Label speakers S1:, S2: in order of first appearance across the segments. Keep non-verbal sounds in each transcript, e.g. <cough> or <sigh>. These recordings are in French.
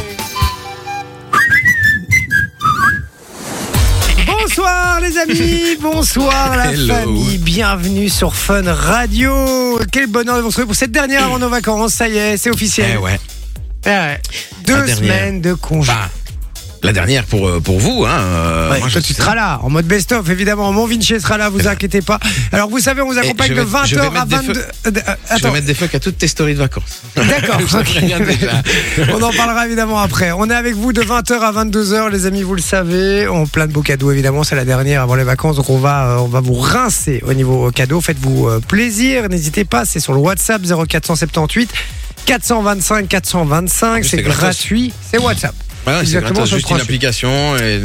S1: <laughs>
S2: amis, bonsoir la
S1: Hello.
S2: famille, bienvenue sur Fun Radio. Quel bonheur de vous retrouver pour cette dernière avant nos vacances, ça y est, c'est
S1: Eh
S2: officiel.
S1: ouais.
S2: Eh ouais. Deux
S1: dernière.
S2: semaines de congé.
S1: Bah, la dernière pour, euh, pour vous. Hein, euh,
S2: Ouais,
S1: moi, je
S2: toi, tu
S1: sais. Eh ben.
S2: seras là, en mode best-of, évidemment. Mon Vinci sera là, vous inquiétez pas. Alors, vous savez, on vous accompagne
S1: je
S2: de
S1: vais- je vais
S2: 20h à
S1: mettre des
S2: 22
S1: feux-
S2: euh, euh,
S1: Je vais
S2: Attends,
S1: mettre des fucks à toutes tes stories de vacances.
S2: d'accord.
S1: Je
S2: ok.
S1: préviens déjà.
S2: On en parlera évidemment après. On est avec vous de 20h à 22h, les amis, vous le savez. On plein de beaux cadeaux, évidemment. C'est la dernière avant les vacances. Donc, on va, euh, on va vous rincer au niveau euh, cadeaux. Faites-vous euh, plaisir. N'hésitez pas. C'est sur le WhatsApp 0478 425 425.
S1: plus,
S2: C'est
S1: c'est gratos.
S2: gratuit. C'est WhatsApp.
S1: Ouais, ouais, c'est
S2: Exactement,
S1: gratos,
S2: je
S1: juste
S2: prends-
S1: une application et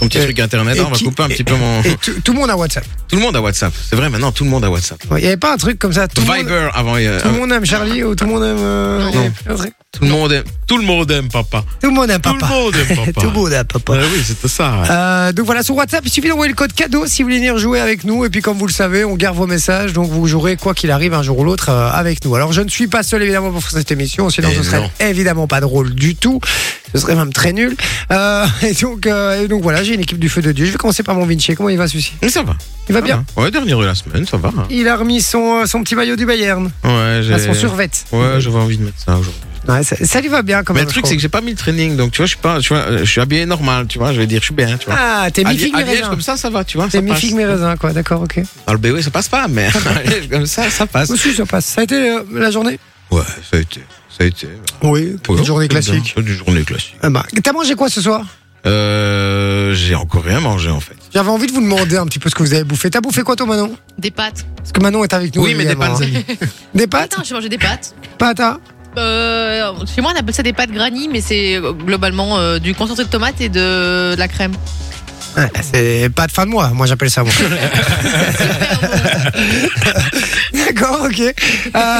S1: ton petit
S2: Et-
S1: truc internet.
S2: et
S1: Ah, on va
S2: qui-
S1: couper un petit peu mon.
S2: Et tout, tout le monde a WhatsApp.
S1: Tout le monde a WhatsApp. C'est vrai, maintenant tout le monde a WhatsApp.
S2: Il n'y avait pas un truc comme ça. Tout le monde-
S1: Viber avant. euh,
S2: Tout le monde aime Charlie ou tout le monde aime. euh,
S1: Non.
S2: euh,
S1: Tout le monde aime. Tout le monde aime papa.
S2: Tout le monde aime papa.
S1: Tout le monde aime papa.
S2: <laughs> Tout le monde aime papa.
S1: Ouais, oui, c'était ça. ouais.
S2: Euh, donc voilà, sur WhatsApp, il suffit d'envoyer le code cadeau si vous voulez venir jouer avec nous. Et puis, comme vous le savez, on garde vos messages. Donc, vous jouerez quoi qu'il arrive un jour ou l'autre euh, avec nous. Alors, je ne suis pas seul évidemment pour faire cette émission. Sinon,
S1: Et
S2: ce serait
S1: non.
S2: évidemment pas drôle du tout. Ce serait même très nul. Euh, <laughs> et, donc, euh, et donc, voilà, j'ai une équipe du feu de Dieu. Je vais commencer par mon Vinci. Comment il va, celui-ci
S1: Mais ça va.
S2: Il va
S1: ça
S2: bien.
S1: va. Ouais, dernière de la semaine, ça va. hein.
S2: Il a remis son, euh, son petit maillot du Bayern
S1: Ouais, j'ai.
S2: à son survêt.
S1: Ouais, j'avais envie de mettre ça aujourd'hui.
S2: Ouais, ça, ça lui va bien quand
S1: Mais
S2: même.
S1: le
S2: je
S1: truc,
S2: crois.
S1: c'est que j'ai pas mis le training, donc tu vois, je suis pas, tu vois, euh, je suis habillé normal, tu vois, je vais dire, je suis bien, tu vois.
S2: Ah, t'es
S1: À
S2: mi-figue,
S1: Li- à
S2: mi-raisin.
S1: Liège, comme ça, ça va, tu vois.
S2: C'est
S1: ça passe.
S2: mi-figue, mi-raisin, quoi, d'accord, ok.
S1: Dans le BOE, ben ça passe pas, mais <laughs> à Liège, comme ça, ça passe.
S2: Aussi, ça passe. Ça a été euh, la journée
S1: Ouais, ça a été. Ça a été.
S2: Oui, une journée classique.
S1: Une journée classique.
S2: Ah bah, T'as mangé quoi ce soir
S1: Euh, j'ai encore rien mangé, en fait.
S2: J'avais envie de vous demander un petit peu ce que vous avez bouffé. T'as bouffé quoi, toi, Manon
S3: Des pâtes.
S2: Parce que Manon est avec nous.
S1: Oui, mais des
S2: évidemment,
S1: pâtes,
S2: hein. Des pâtes
S3: Putain, j'ai mangé des pâtes.
S2: Pâtes, hein
S3: Euh, chez moi, on appelle ça des pâtes granny, mais c'est euh, globalement euh, du concentré de tomate et de, de la crème.
S2: Ouais, Ah, C'est pas de fin de mois, moi j'appelle
S1: <laughs>
S2: ça moi. <laughs> D'accord, ok. Euh,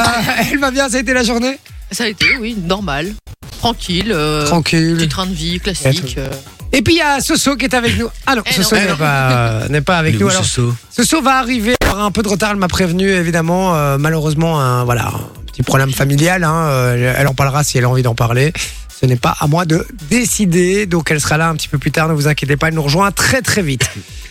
S2: elle va bien, ça a été la journée
S3: Ça a été, oui, normal. Tranquille. euh, Petit
S2: Tranquille.
S3: train de vie classique. euh.
S2: Et puis il y a Soso qui est avec nous. Ah non,
S3: Eh
S2: Soso
S3: non.
S2: n'est pas, euh, n'est pas avec
S1: Il est
S2: nous.
S1: où,
S2: Alors,
S1: ce saut
S2: Ce saut va arriver, il y aura un peu de retard, elle m'a prévenu évidemment, Euh, malheureusement, un, voilà, un petit problème familial, hein. Euh, elle en parlera si elle a envie d'en parler. Ce n'est pas à moi de décider, donc elle sera là un petit peu plus tard, ne vous inquiétez pas, elle nous rejoint très très vite.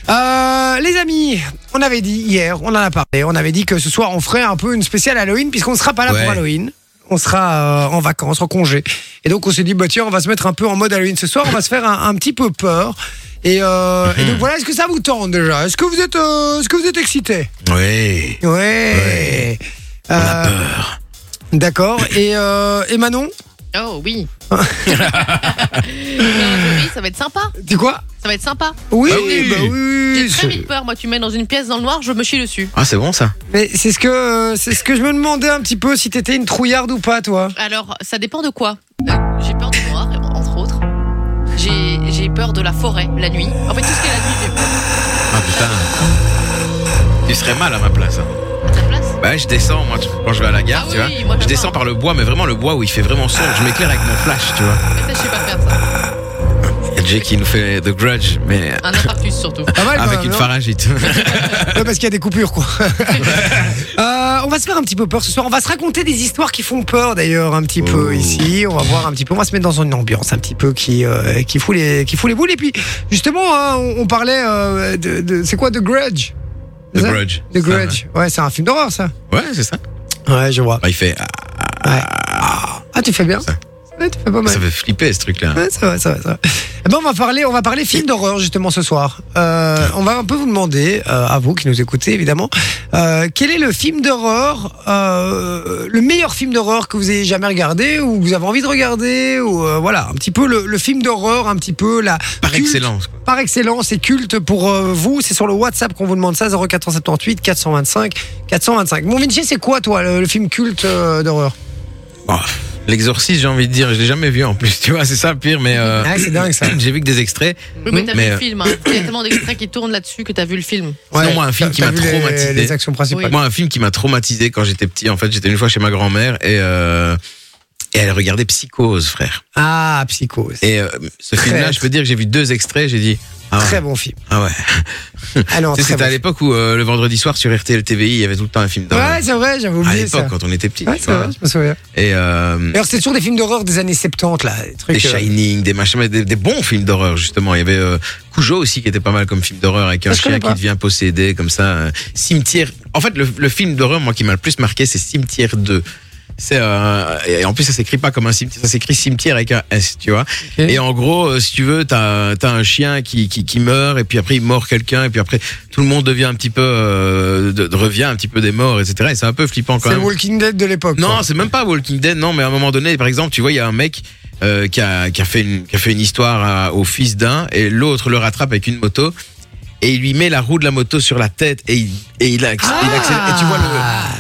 S2: Euh, les amis, on avait dit hier, on en a parlé, on avait dit que ce soir on ferait un peu une spéciale Halloween puisqu'on ne sera pas là
S1: Ouais.
S2: pour Halloween. On sera euh, en vacances, en congé. Et donc on s'est dit, bah tiens, on va se mettre un peu en mode Halloween ce soir, on va se faire un, un petit peu peur. Et, euh,
S1: Mhm.
S2: et donc voilà, est-ce que ça vous tente déjà Est-ce que vous êtes, euh, est-ce que vous êtes excité
S1: Oui.
S2: Ouais. Euh, D'accord. Et, euh, et Manon,
S3: Oh
S2: <laughs>
S3: oui. <laughs> Non, mais oui, ça va être sympa.
S2: dis quoi
S3: Ça va être sympa.
S2: Oui,
S1: Bah oui.
S2: bah
S3: J'ai
S2: oui.
S3: très
S2: c'est-
S3: vite peur. Moi, tu mets dans une pièce dans le noir, je me chie dessus.
S1: Ah, c'est bon, ça.
S2: Mais c'est ce que euh, c'est ce que je me demandais un petit peu si t'étais une trouillarde ou pas, toi.
S3: Alors, ça dépend de quoi. Euh, J'ai peur du noir, entre autres. J'ai j'ai peur de la forêt la nuit. En fait, tout ce qui est la nuit, j'ai peur.
S1: Ah, putain. Tu serais mal à ma place, hein.
S3: À ta place
S1: Bah je descends moi tu- quand je vais à la gare,
S3: Ah
S1: tu
S3: oui,
S1: vois.
S3: moi,
S1: Je
S3: ça
S1: descends
S3: va.
S1: par le bois, mais vraiment le bois où il fait vraiment sombre. Je m'éclaire avec mon flash, tu vois.
S3: Mais ça, je sais pas faire ça.
S1: Et Jay qui nous fait The Grudge, mais
S3: Un infarctus surtout.
S2: Pas mal, quand
S1: Ah, avec
S2: même,
S1: une
S2: non
S1: <laughs> pharyngite.
S2: Ouais, parce qu'il y a des coupures, quoi. <laughs> Euh, on va se faire un petit peu peur ce soir. On va se raconter des histoires qui font peur, d'ailleurs, un petit
S1: Oh.
S2: peu ici. On va voir un petit peu. On va se mettre dans une ambiance un petit peu qui, euh, qui, fout, les, qui fout les boules. Et puis, justement, hein, on, on parlait euh, de. de- c'est quoi, The Grudge
S1: The
S2: Ça
S1: Grudge.
S2: The Grudge. Ouais, c'est un film d'horreur, ça.
S1: Ouais, c'est ça.
S2: Ouais, je vois.
S1: Bah, il fait, ah,
S2: Ouais. Ah, tu fais bien.
S1: Ça.
S2: Ouais, tu fais pas mal.
S1: ça fait flipper ce truc-là.
S2: Ouais, ça va, ça va, ça va. Eh ben, on va parler, on va parler film d'horreur justement ce soir. Euh, on va un peu vous demander, euh, à vous qui nous écoutez évidemment, euh, quel est le film d'horreur, euh, le meilleur film d'horreur que vous ayez jamais regardé ou que vous avez envie de regarder ou euh, voilà, un petit peu le, le film d'horreur, un petit peu la
S1: Par
S2: culte-
S1: excellence. quoi.
S2: par excellence et culte pour euh, vous. C'est sur le WhatsApp qu'on vous demande ça 0478 425 425. Mon Vinci, c'est quoi toi le, le film culte euh, d'horreur
S1: Oh, L'exorciste, j'ai envie de dire, je l'ai jamais vu en plus, <laughs> tu vois, c'est ça le pire, mais euh,
S2: Ouais, Ah, c'est dingue, ça.
S1: <clears throat> j'ai vu que des extraits.
S3: Oui, mais t'as
S1: Mais,
S3: vu
S1: euh,
S3: le film. hein. Il y a tellement d'extraits qui tournent là-dessus que t'as vu le film.
S1: Sinon, moi, un film
S2: T'as-
S1: qui
S2: t'as
S1: m'a
S2: vu les-
S1: traumatisé.
S2: Les actions principales.
S3: Oui.
S1: Moi, un film qui m'a traumatisé quand j'étais petit, en fait, j'étais une fois chez ma grand-mère et euh, Et elle regardait Psychose, frère.
S2: Ah, Psychose.
S1: Et euh, ce
S2: Très
S1: film-là,
S2: être.
S1: je peux dire que j'ai vu deux extraits, j'ai dit. Ah ouais.
S2: Très bon
S1: <laughs>
S2: film.
S1: Ah ouais.
S2: Ah non,
S1: Tu
S2: très
S1: sais, C'était
S2: bon
S1: à
S2: film.
S1: l'époque où euh, le vendredi soir sur RTL TVI, il y avait tout le temps un film d'horreur.
S2: Ouais, c'est vrai, j'avais
S1: à
S2: oublié ça.
S1: l'époque, quand on était petit.
S2: Ouais,
S1: tu
S2: c'est
S1: vois.
S2: vrai, je me souviens.
S1: Et euh,
S2: Alors, c'est toujours des films d'horreur des années 70, là. Des trucs.
S1: des
S2: euh,
S1: Shining, des machins, mais des, des bons films d'horreur justement. Il y avait euh, Cujo aussi qui était pas mal comme film d'horreur avec un
S2: Ah, je
S1: chien
S2: connais
S1: qui
S2: pas.
S1: devient possédé comme ça. euh, Cimetière. En fait, le, le film d'horreur moi qui m'a le plus marqué, c'est Cimetière 2. C'est euh, et en plus ça s'écrit pas comme un cimetière, ça s'écrit cimetière avec un S, tu vois.
S2: Ok.
S1: Et en gros, euh, si tu veux, t'as t'as un chien qui, qui qui meurt et puis après il mord quelqu'un et puis après tout le monde devient un petit peu euh, de- de- revient un petit peu des morts, etc. Et c'est un peu flippant quand
S2: C'est le
S1: même.
S2: Walking Dead de l'époque.
S1: Non,
S2: quoi.
S1: c'est même pas Walking Dead, non, mais à un moment donné, par exemple, tu vois, il y a un mec euh, qui, a, qui, a fait une, qui a fait une histoire à- au fils d'un, et l'autre le rattrape avec une moto, et il lui met la roue de la moto sur la tête, et il, et il, acc- il accélère. Et tu vois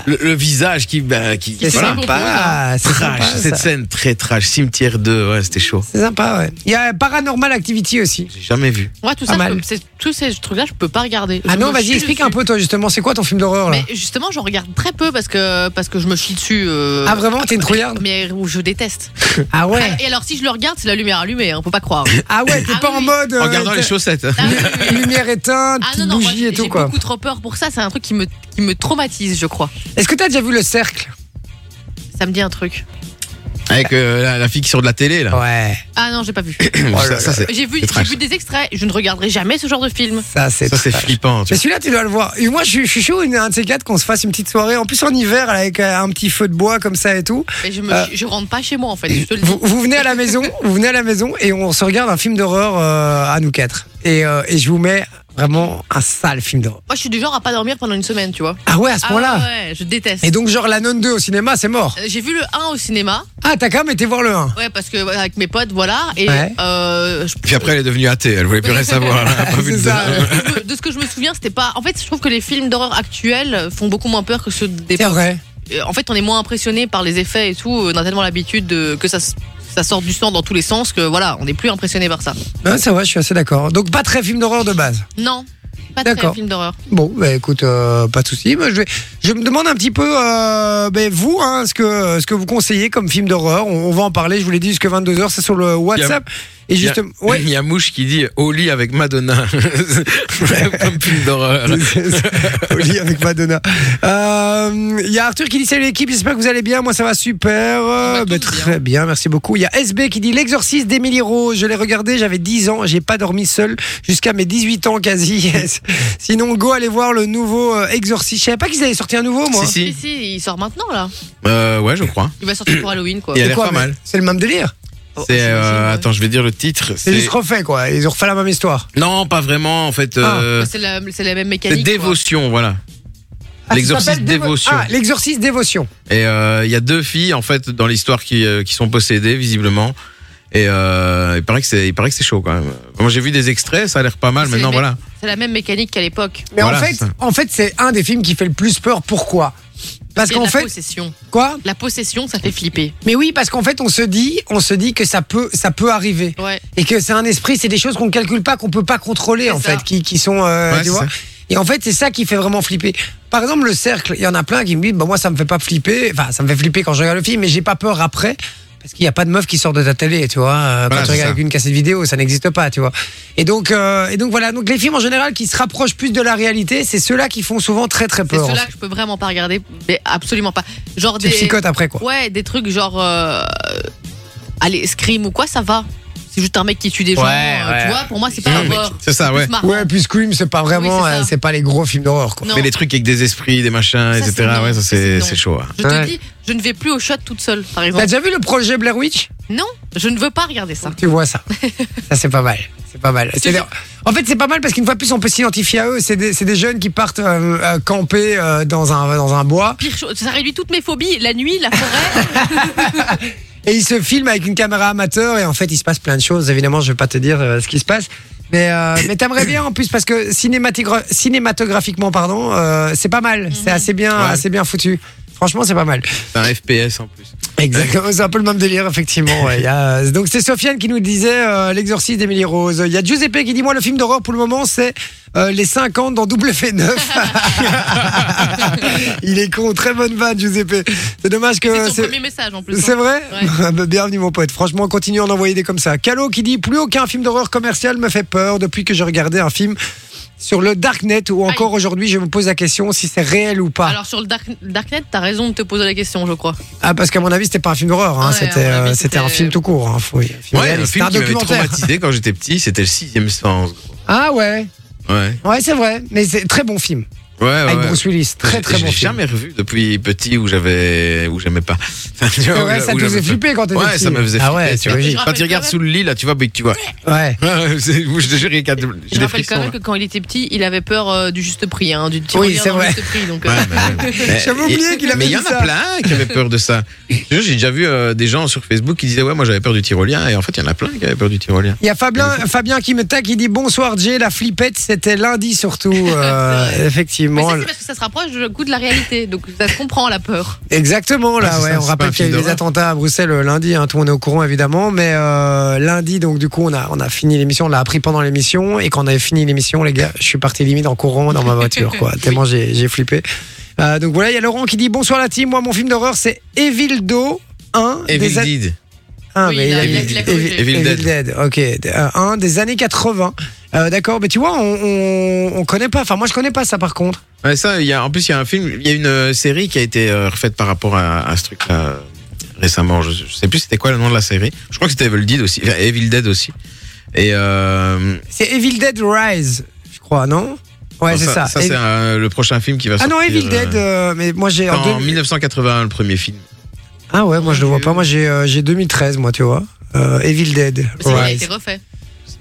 S1: le, le, le visage qui. bah,
S2: Ah
S1: qui
S2: C'est
S1: voilà.
S2: sympa. C'est sympa.
S1: Trash, cette
S2: ça.
S1: scène très trash. Cimetière 2, ouais, c'était chaud.
S2: C'est sympa, ouais. Il y a Paranormal Activity aussi.
S1: J'ai jamais vu.
S3: Moi, tout
S2: Pas
S3: ça, je
S2: mal.
S3: peux- c'est- tous ces trucs-là, je peux pas regarder.
S2: Ah
S3: Je
S2: non,
S3: me
S2: vas-y,
S3: chie
S2: explique
S3: dessus.
S2: un peu, toi, justement. C'est quoi ton film d'horreur, là
S3: Mais justement, j'en regarde très peu parce que, parce que je me chie dessus. euh,
S2: Ah, vraiment T'es une trouillarde
S3: Mais où je déteste.
S2: Ah ouais
S3: Et alors, si je le regarde, c'est la lumière allumée, hein, faut
S2: <laughs>
S3: pas croire.
S2: Ah ouais, t'es
S3: Ah
S2: pas
S3: oui,
S2: en
S3: oui.
S2: mode. euh,
S1: En gardant les
S2: t'es-
S1: chaussettes. hein.
S3: Ah, oui, oui, oui.
S2: Lumière éteinte,
S3: Ah
S2: petite
S3: non, non, moi,
S2: bougie
S3: j'ai
S2: et tout,
S3: j'ai
S2: quoi.
S3: beaucoup trop peur pour ça. C'est un truc qui me, qui me traumatise, je crois.
S2: Est-ce que t'as déjà vu le cercle
S3: Ça me dit un truc.
S1: Avec euh, la, la fille qui sort de la télé, là.
S2: Ouais.
S3: Ah non, j'ai
S2: <coughs>
S3: pas vu.
S2: Oh là
S1: ça, ça,
S2: là.
S1: c'est-
S3: J'ai vu,
S1: C'est
S3: j'ai
S1: trash.
S3: vu des extraits. Je ne regarderai jamais ce genre de film.
S2: Ça, c'est.
S1: ça, c'est
S2: trash.
S1: flippant. tu
S2: Mais celui-là, tu dois le voir. Et moi, je suis je suis chaud, une- un de ces quatre, qu'on se fasse une petite soirée. En plus, en hiver, avec euh, un petit feu de bois comme ça et tout.
S3: Mais je, me,
S2: Euh,
S3: je rentre pas chez moi, en fait. Je te le dis.
S2: Vous, vous venez à la
S3: <laughs>
S2: maison, vous venez à la maison et on se regarde un film d'horreur euh, à nous quatre. Et, euh, et je vous mets vraiment un sale film d'horreur.
S3: Moi, je suis du genre à pas dormir pendant une semaine, tu vois.
S2: Ah ouais, à ce
S3: Ah
S2: point-là.
S3: ouais, ouais, je déteste.
S2: Et donc, genre, la nonne 2 au cinéma, c'est mort.
S3: Euh, J'ai vu le 1 au cinéma,
S2: Ah, t'as quand même été voir le 1.
S3: ouais, parce que voilà, avec mes potes, voilà. Et
S2: Ouais.
S3: euh, je- euh,
S1: Puis après, elle est devenue athée. Elle voulait plus rien savoir. Elle a pas vu
S2: C'est
S1: de-
S2: ça.
S3: de, de ce que je me souviens, c'était pas. En fait, je trouve que les films d'horreur actuels font beaucoup moins peur que ceux des.
S2: C'est vrai.
S3: Euh, En fait, on est moins impressionné par les effets et tout. euh, On a tellement l'habitude de- que ça, s- ça sort du sang dans tous les sens que voilà, on n'est plus impressionné par ça.
S2: Non, c'est vrai, je suis assez d'accord. Donc, pas très film d'horreur de base.
S3: Non, pas de
S2: D'accord.
S3: film d'horreur.
S2: Bon, bah, écoute, euh, pas de souci. Moi, je, vais, je me demande un petit peu, euh, ben, vous, hein, ce, que, ce que vous conseillez comme film d'horreur. On, on va en parler, je vous l'ai dit, jusque 22h, c'est sur le WhatsApp. Et
S1: Il y a-
S2: justement, ouais.
S1: <laughs> Il y a Mouche qui dit au lit avec Madonna. <laughs> Comme film d'horreur.
S2: <laughs> Au lit avec Madonna. Euh, Il y a Arthur qui dit salut l'équipe, j'espère que vous allez bien, moi ça va super. Euh,
S3: On va tous
S2: bah, très bien, merci beaucoup. Il y a SB qui dit l'exorciste d'Emilie Rose, je l'ai regardé, j'avais 10 ans, j'ai pas dormi seul jusqu'à mes 18 ans quasi. <laughs> Sinon, go aller voir le nouveau euh, exorciste. Je savais pas qu'ils avaient sorti un nouveau moi.
S1: Si, si.
S3: Si, si, il sort maintenant là.
S1: Euh, ouais, je crois.
S3: Il va sortir pour Halloween quoi.
S1: Il a
S2: C'est
S1: l'air
S2: quoi,
S1: pas
S2: mais-
S1: mal.
S2: C'est le même délire.
S3: Oh,
S1: C'est, euh,
S3: j'imagine, ouais.
S1: attends, je vais dire le titre.
S2: C'est
S1: C'est
S2: juste refait quoi, ils ont refait la même histoire.
S1: non, pas vraiment. En fait, euh,
S3: Bah, C'est la, c'est la même
S1: c'est
S3: mécanique. quoi.
S1: dévotion, voilà.
S2: Ah, ça
S1: L'exorciste
S2: s'appelle Dévo-
S1: Dévotion.
S2: Ah, l'exorciste dévotion.
S1: Et euh, il y a deux filles en fait dans l'histoire qui, euh, qui sont possédées visiblement. Et euh, il paraît que c'est, il paraît que c'est chaud quand même. Moi, j'ai vu des extraits, ça a l'air pas mal.
S3: C'est
S1: Maintenant,
S3: les
S1: voilà.
S3: C'est la même mécanique qu'à l'époque.
S2: Mais en
S1: Voilà,
S2: fait,
S1: c'est ça.
S2: en fait, c'est un des films qui fait le plus peur. Pourquoi Parce
S3: Il y a de
S2: qu'en
S3: la
S2: fait,
S3: possession.
S2: quoi
S3: La possession, ça fait flipper.
S2: Mais oui, parce qu'en fait, on se dit, on se dit que ça peut, ça peut arriver,
S3: Ouais.
S2: et que c'est un esprit, c'est des choses qu'on calcule pas, qu'on peut pas contrôler
S3: C'est
S2: en
S3: ça.
S2: fait, qui, qui sont, euh,
S1: Ouais,
S2: tu
S1: c'est
S2: vois.
S1: ça.
S2: Et en fait, c'est ça qui fait vraiment flipper. Par exemple, le cercle, il y en a plein qui me disent, bah moi, ça me fait pas flipper. Enfin, ça me fait flipper quand je regarde le film, mais j'ai pas peur après. Parce qu'il n'y a pas de meuf qui sort de ta télé, tu vois. Euh, Quand
S1: Voilà,
S2: tu
S1: c'est
S2: regardes
S1: ça.
S2: avec une cassette vidéo, ça n'existe pas, tu vois. Et donc, euh, et donc voilà. Donc les films en général qui se rapprochent plus de la réalité, c'est ceux-là qui font souvent très très
S3: C'est
S2: peur. en
S3: cela
S2: fait.
S3: que je peux vraiment pas regarder, mais absolument pas. Genre
S2: Tu
S3: des.
S2: psychotes après quoi.
S3: Ouais, des trucs genre. euh, Allez, Scream ou quoi, ça va. C'est juste un mec qui tue des gens.
S2: Ouais,
S3: euh,
S2: ouais.
S3: Tu vois, pour moi, c'est pas un mort.
S1: C'est ça, ouais.
S3: Plus marrant.
S2: Ouais, puis Scream, c'est pas vraiment,
S3: c'est ça.
S2: euh, c'est pas les gros films d'horreur quoi.
S3: Non.
S1: Mais les trucs avec des esprits, des machins,
S3: Ça, c'est
S1: etc.
S3: non.
S1: Ouais, ça
S3: Ça, c'est
S1: c'est,
S3: non.
S1: c'est chaud. ouais.
S3: Je te
S2: Ouais.
S3: dis, je ne vais plus au shot toute seule, par
S2: T'as
S3: exemple.
S2: déjà vu le projet Blair Witch
S3: Non, je ne veux pas regarder ça.
S2: Tu vois ça. ça, c'est pas mal. C'est pas mal.
S3: C'est-
S2: C'est- En fait, c'est pas mal parce qu'une fois de plus, on peut s'identifier à eux. C'est des, c'est des jeunes qui partent euh, euh, camper euh, dans, un, dans un bois
S3: Pire chose, ça réduit toutes mes phobies, la nuit, la forêt.
S2: et ils se filment avec une caméra amateur et en fait, il se passe plein de choses. Évidemment, je vais pas te dire euh, ce qui se passe. Mais, euh, mais t'aimerais bien en plus parce que cinématigra- cinématographiquement, pardon, euh, c'est pas mal. C'est assez bien,
S1: Ouais.
S2: assez bien foutu. Franchement, c'est pas mal.
S1: C'est un FPS en plus.
S2: Exactement, c'est un peu le même délire, effectivement. ouais. Il y a, euh, donc c'est Sofiane qui nous disait euh, l'exorciste d'Emilie Rose. Il y a Giuseppe qui dit moi le film d'horreur pour le moment c'est euh, les 50 dans W9.
S3: <laughs>
S2: Il est con, très bonne vanne, Giuseppe. C'est dommage que.
S3: C'est ton
S2: c'est-
S3: premier message en plus.
S2: C'est
S3: hein.
S2: vrai
S3: Ouais.
S2: Ah <laughs> bah, Bienvenue mon pote. Franchement, continue à en envoyer des comme ça. Calo qui dit plus aucun film d'horreur commercial me fait peur depuis que j'ai regardé un film sur le darknet ou encore aujourd'hui je me pose la question si c'est réel ou pas.
S3: Alors sur le dark, Darknet, t'as raison de te poser la question, je crois.
S2: ah parce qu'à mon avis c'était pas un film d'horreur, hein.
S3: Ouais,
S2: c'était
S3: à mon avis,
S2: euh, c'était un
S3: c'était-
S2: film tout court. Hein. Faut- film
S1: Ouais,
S2: réel,
S1: un
S2: c'était
S1: film
S2: un
S1: qui m'avait
S2: documentaire.
S1: traumatisé quand j'étais petit, c'était le sixième sens.
S2: Ah ouais,
S1: Ouais.
S2: ouais c'est vrai, mais c'est très bon film
S1: Ouais, ouais.
S2: avec
S1: ouais.
S2: Bruce Willis, très
S1: Je-
S2: très
S1: je
S2: bon
S1: l'ai
S2: film.
S1: jamais revu depuis petit où j'avais où j'aimais pas. <laughs> Enfin, tu
S2: C'est
S1: vois,
S2: vrai,
S1: où-
S2: ça
S1: où
S2: te faisait
S1: j'aimais
S2: flipper quand
S1: pas.
S2: t'étais
S1: Ouais,
S2: petit.
S1: ça me faisait flipper.
S2: Ah ouais,
S1: tu
S2: c'est
S1: vois.
S2: logique.
S1: Quand tu regardes sous le lit, là, tu vois, mais que tu vois.
S2: Ouais.
S1: <laughs> C'est- je te jure, il y a quatre- j'ai
S3: Je
S1: des
S3: rappelle
S1: frissons.
S3: quand même
S1: là.
S3: que quand il était petit, il avait peur euh, du juste prix, hein, du petit
S2: Oui,
S3: regard
S2: c'est
S3: dans
S2: vrai.
S3: le juste prix. Donc, euh,
S1: Ouais, mais ouais. Mais-
S2: <laughs> J'avais oublié
S1: et-
S2: qu'il avait
S1: Mais il y
S2: dit
S1: en
S2: ça.
S1: a plein qui avaient peur de ça. Je te jure, J'ai déjà vu euh, des gens sur Facebook qui disaient ouais, moi j'avais peur du tyrolien et en fait il y en a plein qui avaient peur du tyrolien.
S2: Il y a Fabien, Fabien qui me taque, qui dit bonsoir Jay, la flippette c'était lundi surtout,
S1: <laughs>
S2: euh,
S3: mais
S2: effectivement.
S3: ça, c'est parce que ça se rapproche du coup de la réalité, donc ça se comprend la peur.
S2: Exactement, là,
S1: Ah, c'est
S2: ouais,
S1: ça,
S2: on
S1: c'est
S2: rappelle
S1: pas un
S2: qu'il y a eu des
S1: film d'horreur.
S2: attentats à Bruxelles euh, lundi, hein, tout le monde est au courant évidemment, mais euh, lundi, donc du coup, on a, on a fini l'émission, on l'a appris pendant l'émission, et quand on avait fini l'émission, les gars, je suis parti limite en courant
S1: <laughs>
S2: dans ma voiture, quoi, tellement j'ai j'ai flippé. Euh, donc voilà, il y a Laurent qui dit bonsoir la team, moi mon film d'horreur c'est Evil Do 1
S1: Evil
S2: des a-
S1: Dead.
S2: Ah,
S3: Oui,
S2: mais
S3: il a-
S2: il a
S1: il
S2: dit-
S1: a- il a
S2: Evil-
S3: corrigé.
S1: Evil
S2: Evil
S1: Dead.
S2: Dead, ok. Euh, un des années 80. Euh, D'accord, mais tu vois, on, on, on connaît pas. Enfin, moi, je connais pas ça par contre.
S1: Ouais, ça, il y a, en plus, il y a un film, il y a une euh, série qui a été euh, refaite par rapport à, à ce truc-là euh, récemment. Je, je sais plus c'était quoi le nom de la série. Je crois que c'était Evil Dead aussi. Enfin, Evil Dead aussi. Et euh,
S2: C'est Evil Dead Rise, je crois, non Ouais,
S1: enfin,
S2: c'est ça.
S1: Ça, c'est
S2: Ev-
S1: un- le prochain film qui va
S2: Ah
S1: sortir.
S2: non, Evil
S1: euh,
S2: Dead, euh, mais moi j'ai. en
S1: En,
S2: deux-
S1: 1981, le premier film.
S2: Ah ouais, moi je le vois pas. Moi j'ai euh, j'ai 2013, moi, tu vois. Euh, Evil Dead
S3: Parce qu'il a été
S2: Rise.
S3: refait.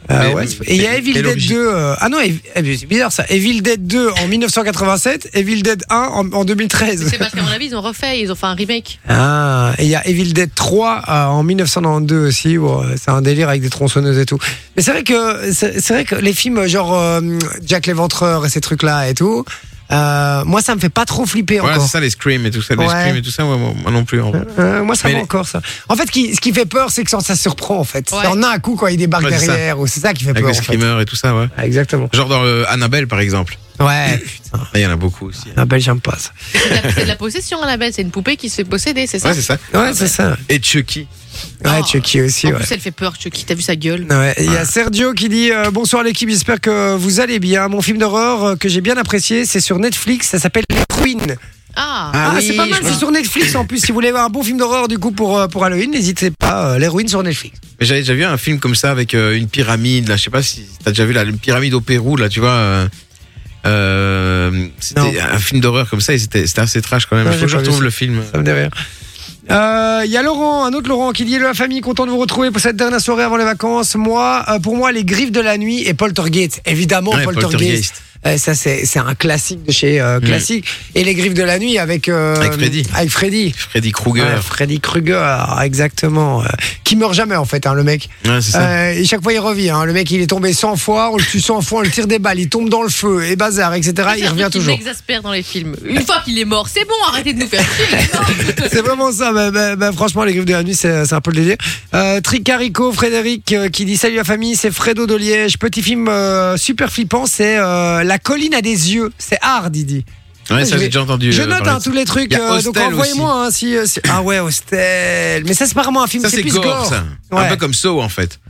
S2: Euh,
S1: Mais-
S2: ouais, c'est- et il y a
S1: mais-
S2: Evil
S1: mais
S2: Dead
S1: l'origine.
S2: 2. euh, ah non, Ev- eh bien, c'est bizarre ça. Evil Dead 2 en 1987, Evil Dead 1 en, en
S3: Mais
S2: 2013.
S3: C'est parce qu'à mon avis, ils ont refait, ils ont fait un remake.
S2: Ah, et il y a Evil Dead 3 euh, en 1992 aussi. où, euh, c'est un délire avec des tronçonneuses et tout. Mais c'est vrai que c'est c'est vrai que les films euh, genre euh, Jack l'éventreur et ces trucs là et tout. euh, moi, ça me fait pas trop flipper
S1: Voilà, c'est
S2: encore.
S1: ça, les Scream et tout ça. Les
S2: Ouais.
S1: Scream et tout ça, ouais, moi, moi non plus. en vrai.
S2: Euh, moi, ça
S1: Mais
S2: va
S1: les-
S2: encore ça. En fait, qui- ce qui fait peur, c'est que ça, ça surprend en fait.
S3: Ouais.
S2: Ça en a un coup quand il débarque
S1: Ouais, c'est ça.
S2: derrière. Ou c'est ça qui fait
S1: Avec
S2: peur.
S1: le
S2: en fait.
S1: Screamer et tout ça, ouais.
S2: Ah, exactement.
S1: Genre dans euh, Annabelle, par exemple.
S2: Ouais, putain.
S1: Ah, Il y en a beaucoup aussi.
S2: La belle, j'aime pas ça.
S3: C'est de la- c'est de la possession à la bête, c'est une poupée qui se fait posséder, c'est ça
S1: Ouais, c'est ça.
S2: Ouais, c'est ça.
S1: Et Chucky.
S2: Ouais,
S3: Ah.
S2: Chucky aussi,
S3: En
S2: ouais.
S3: plus, elle fait peur, Chucky, t'as vu sa gueule
S2: Ouais, Il y a Sergio qui dit euh, Bonsoir l'équipe, j'espère que vous allez bien. Mon film d'horreur euh, que j'ai bien apprécié, c'est sur Netflix, ça s'appelle Halloween.
S3: Ah,
S1: Ah oui,
S2: c'est pas mal,
S1: je
S2: c'est
S1: vois.
S2: sur Netflix en plus. Si vous voulez voir un bon film d'horreur du coup pour, euh, pour Halloween, n'hésitez pas, euh, l'héroïne sur Netflix.
S1: Mais j'avais déjà vu un film comme ça avec euh, une pyramide. Là, je sais pas si t'as déjà vu la une pyramide au Pérou. Là, tu vois. euh, euh, c'était un film d'horreur comme ça et c'était c'était assez trash quand même.
S2: Ouais,
S1: Il
S2: j'ai
S1: faut que je
S2: pas vu
S1: retrouve
S2: ça.
S1: le film.
S2: Ça me derrière. Euh, Il y a Laurent, un autre Laurent qui dit Hello la famille, content de vous retrouver pour cette dernière soirée avant les vacances. Moi, euh, pour moi, les griffes de la nuit et Poltergeist. Évidemment,
S1: Ouais,
S2: Poltergeist.
S1: Poltergeist. Mm.
S2: Euh, ça, c'est c'est un classique de chez euh, classique. Et les griffes de la nuit avec, euh,
S1: Avec Freddy.
S2: Avec Freddy.
S1: Freddy Krueger.
S2: Ouais, Freddy Krueger, exactement. Euh, qui meurt jamais en fait, hein, le mec.
S1: Ouais, c'est ça.
S2: Euh, et chaque fois il revient. hein. Le mec, il est tombé 100 fois, on le tue 100 fois, on le tire des balles, il tombe dans le feu, et bazar, etc. Il revient toujours.
S3: m'exaspère dans les films. Une fois qu'il est mort, c'est bon, arrêtez de nous faire chier. il est
S2: <laughs>
S3: mort.
S2: C'est vraiment ça. Bah, bah, bah, franchement, les griffes de la nuit, c'est c'est un peu le délire. Euh, Tricarico, Frédéric, euh, qui dit Salut la famille, c'est Fredo de Liège. Petit film euh, super flippant, c'est euh, La colline a des yeux. C'est hard, il dit.
S1: ouais,
S2: je
S1: ça
S2: vais-
S1: j'ai déjà entendu.
S2: Je
S1: euh,
S2: note
S1: parler
S2: hein,
S1: de ça.
S2: tous les trucs.
S1: Il y a
S2: euh, donc
S1: Hostel
S2: envoyez-moi hein, si, euh, si- Ah ouais, hostel. Mais ça, c'est pas vraiment un film,
S1: Ça
S2: c'est
S1: c'est
S2: plus
S1: gore,
S2: gore.
S1: ça.
S2: Ouais.
S1: Un peu comme Saw en fait.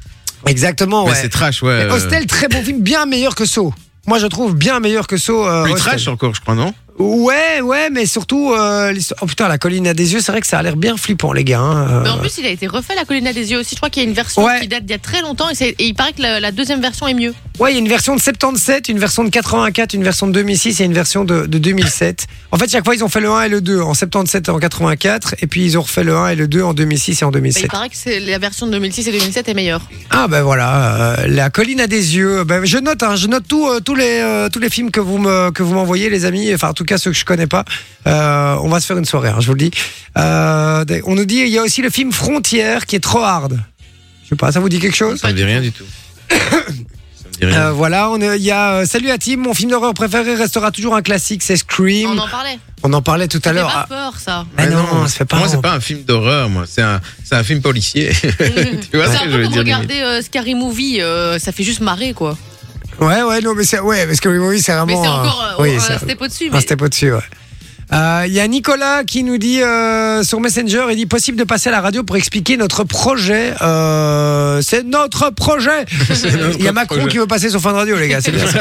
S2: Exactement, ouais.
S1: Mais c'est trash, ouais.
S2: Mais
S1: euh,
S2: Hostel, très bon film, bien meilleur que Saw. Moi, je trouve bien meilleur que Saw. euh,
S1: Plus
S2: Hostel.
S1: trash encore, je crois, non
S2: Ouais, ouais, mais surtout. euh, l'histoire- oh putain, la colline a des yeux, c'est vrai que ça a l'air bien flippant, les gars. hein, euh.
S3: Mais en plus, il a été refait, la colline à des yeux aussi. Je crois qu'il y a une version
S2: Ouais.
S3: qui date d'il y a très longtemps et, c'est- et il paraît que la, la deuxième version est mieux. Bah,
S2: Ouais, il y a une version de 77, une version de 84, une version de 2006 et une version de, de 2007. En fait, chaque fois, ils ont fait le 1 et le 2 en 77 et en 84, et puis ils ont refait le 1 et le 2 en 2006 et en
S3: Bah, il
S2: 2007.
S3: paraît que c'est- la version de 2006 et 2007 est meilleure.
S2: Ah ben voilà, euh, la colline a des yeux. Ben, je note, hein, je note tout, euh, tous les euh, tous les films que vous me que vous m'envoyez, les amis. Enfin, en tout cas ceux que je connais pas. Euh, on va se faire une soirée, hein, je vous le dis. Euh, on nous dit il y a aussi le film Frontière qui est trop hard. Je sais pas, ça vous dit quelque chose
S1: Ça me dit rien du tout. Ça me dit
S2: Euh,
S1: rien.
S2: Voilà, on est- il y a euh, Salut à Tim, mon film d'horreur préféré restera toujours un classique, c'est Scream.
S3: On en parlait.
S2: On en parlait tout à
S3: C'était
S2: l'heure.
S3: pas
S2: Ah,
S3: peur, ça.
S2: mais
S1: Ouais,
S2: non, ça fait pas.
S1: Moi, c'est
S2: honte.
S1: pas un film d'horreur, moi. C'est un, c'est un film policier. <laughs> tu vois
S3: C'est
S1: ce
S3: un
S1: que je veux
S3: peu comme
S1: dire limite.
S3: regarder euh, Scary Movie, euh, ça fait juste marrer, quoi.
S2: Ouais, ouais, non, mais c'est, ouais, parce que oui, c'est vraiment.
S3: Mais c'est
S2: euh,
S3: encore euh,
S2: oui, ah,
S3: un
S2: c'est-
S3: step au-dessus.
S2: un
S3: mais-
S2: step au-dessus, ouais. Euh, Il y a Nicolas qui nous dit euh, sur Messenger, il dit possible de passer à la radio pour expliquer notre projet. Euh, c'est notre projet.
S3: <laughs>
S2: Il y a Macron
S1: projet.
S2: qui veut passer sur fin de radio, les gars. C'est bien. ça.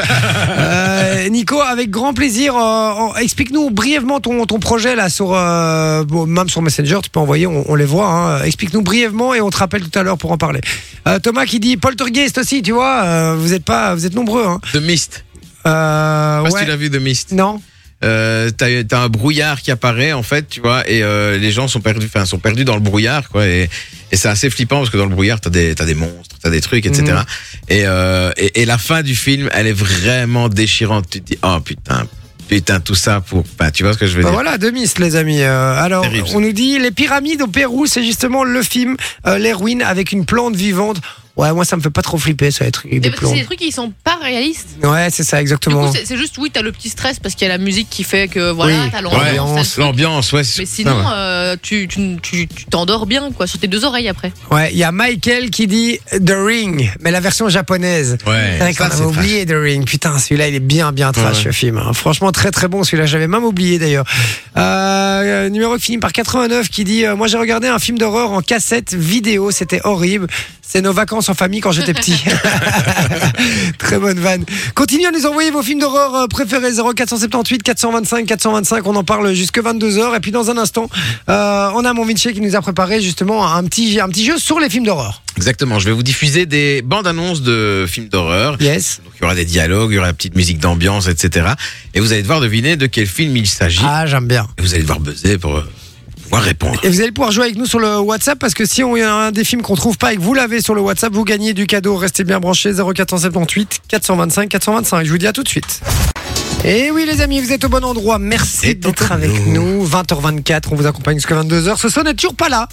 S2: Euh, Nico, avec grand plaisir, euh, en- explique-nous brièvement ton, ton projet là sur euh, bon, même sur Messenger, tu peux envoyer, on, on les voit. hein. Explique-nous brièvement et on te rappelle tout à l'heure pour en parler. Euh, Thomas qui dit Poltergeist aussi, tu vois, euh, vous êtes pas, vous êtes nombreux. Hein.
S1: The Mist.
S2: Euh,
S1: Je sais pas si
S2: ouais.
S1: tu l'as vu The Mist.
S2: Non. Bah
S1: Euh, t'as, t'as un brouillard qui apparaît en fait, tu vois, et euh, les gens sont perdus, enfin sont perdus dans le brouillard, quoi. Et, et c'est assez flippant parce que dans le brouillard, t'as des, t'as des monstres, t'as des trucs, etc.
S2: Mhm.
S1: Et, euh, et, et la fin du film, elle est vraiment déchirante. Tu te dis, oh putain, putain, tout ça pour, bah, tu vois ce que je veux
S2: Bah
S1: dire.
S2: voilà, demi les amis. Euh, alors,
S1: Terrible, ça.
S2: on nous dit les pyramides au Pérou, c'est justement le film euh, les ruines avec une plante vivante. Ouais, moi ça me fait pas trop flipper ça, les trucs avec des
S3: Mais parce que
S2: plantes.
S3: c'est des trucs qui sont pas réalistes.
S2: Ouais, c'est ça
S3: Du
S2: exactement.
S3: coup, c'est c'est juste, oui, t'as le petit stress parce qu'il y a la musique qui fait que voilà,
S2: Oui,
S3: t'as
S1: ouais,
S3: l'ambiance. t'as le-
S1: L'ambiance, ouais. c'est-
S3: Mais
S1: ouais.
S3: sinon, euh, tu tu- tu- tu t'endors bien, quoi, sur tes deux oreilles après.
S2: Ouais, il y a Michael qui dit The Ring, mais la version japonaise.
S3: euh,
S1: Ouais,
S2: C'est vrai qu'on
S1: ça,
S2: avait
S1: c'est
S2: oublié The Ring. Putain, celui-là, il est bien, bien trash,
S1: Ouais.
S2: le film. hein. Franchement, très, très bon. Celui-là, j'avais même oublié d'ailleurs. Euh, numéro qui finit par 89 qui dit euh, Moi, j'ai regardé un film d'horreur en cassette vidéo. C'était horrible. C'est nos vacances en famille quand j'étais petit. <laughs> très bonne vanne. Continuez à nous envoyer vos films d'horreur euh, préférés 0478 425 425. On en parle jusque 22h. Et puis, dans un instant, euh, on a mon Vinci qui nous a préparé justement un petit, un petit jeu sur les films d'horreur.
S1: Exactement. Je vais vous diffuser des bandes annonces de films d'horreur.
S2: Yes.
S1: Donc il y aura des dialogues, il y aura la petite musique d'ambiance, etc. Et vous allez devoir deviner de quel film il s'agit.
S2: Ah, j'aime bien.
S1: Et vous allez devoir buzzer pour euh, pouvoir répondre.
S2: Et vous allez pouvoir jouer avec nous sur le WhatsApp parce que si on il y a un des films qu'on trouve pas et que vous l'avez sur le WhatsApp, vous gagnez du cadeau. Restez bien branchés 0478 425 425. Je vous dis à tout de suite. Et Eh oui les amis, vous êtes au bon endroit. Merci
S1: Et
S2: d'être
S1: encore
S2: avec
S1: nous.
S2: nous. 20h24, on vous accompagne jusqu'à 22h. Ce soir n'est toujours pas là.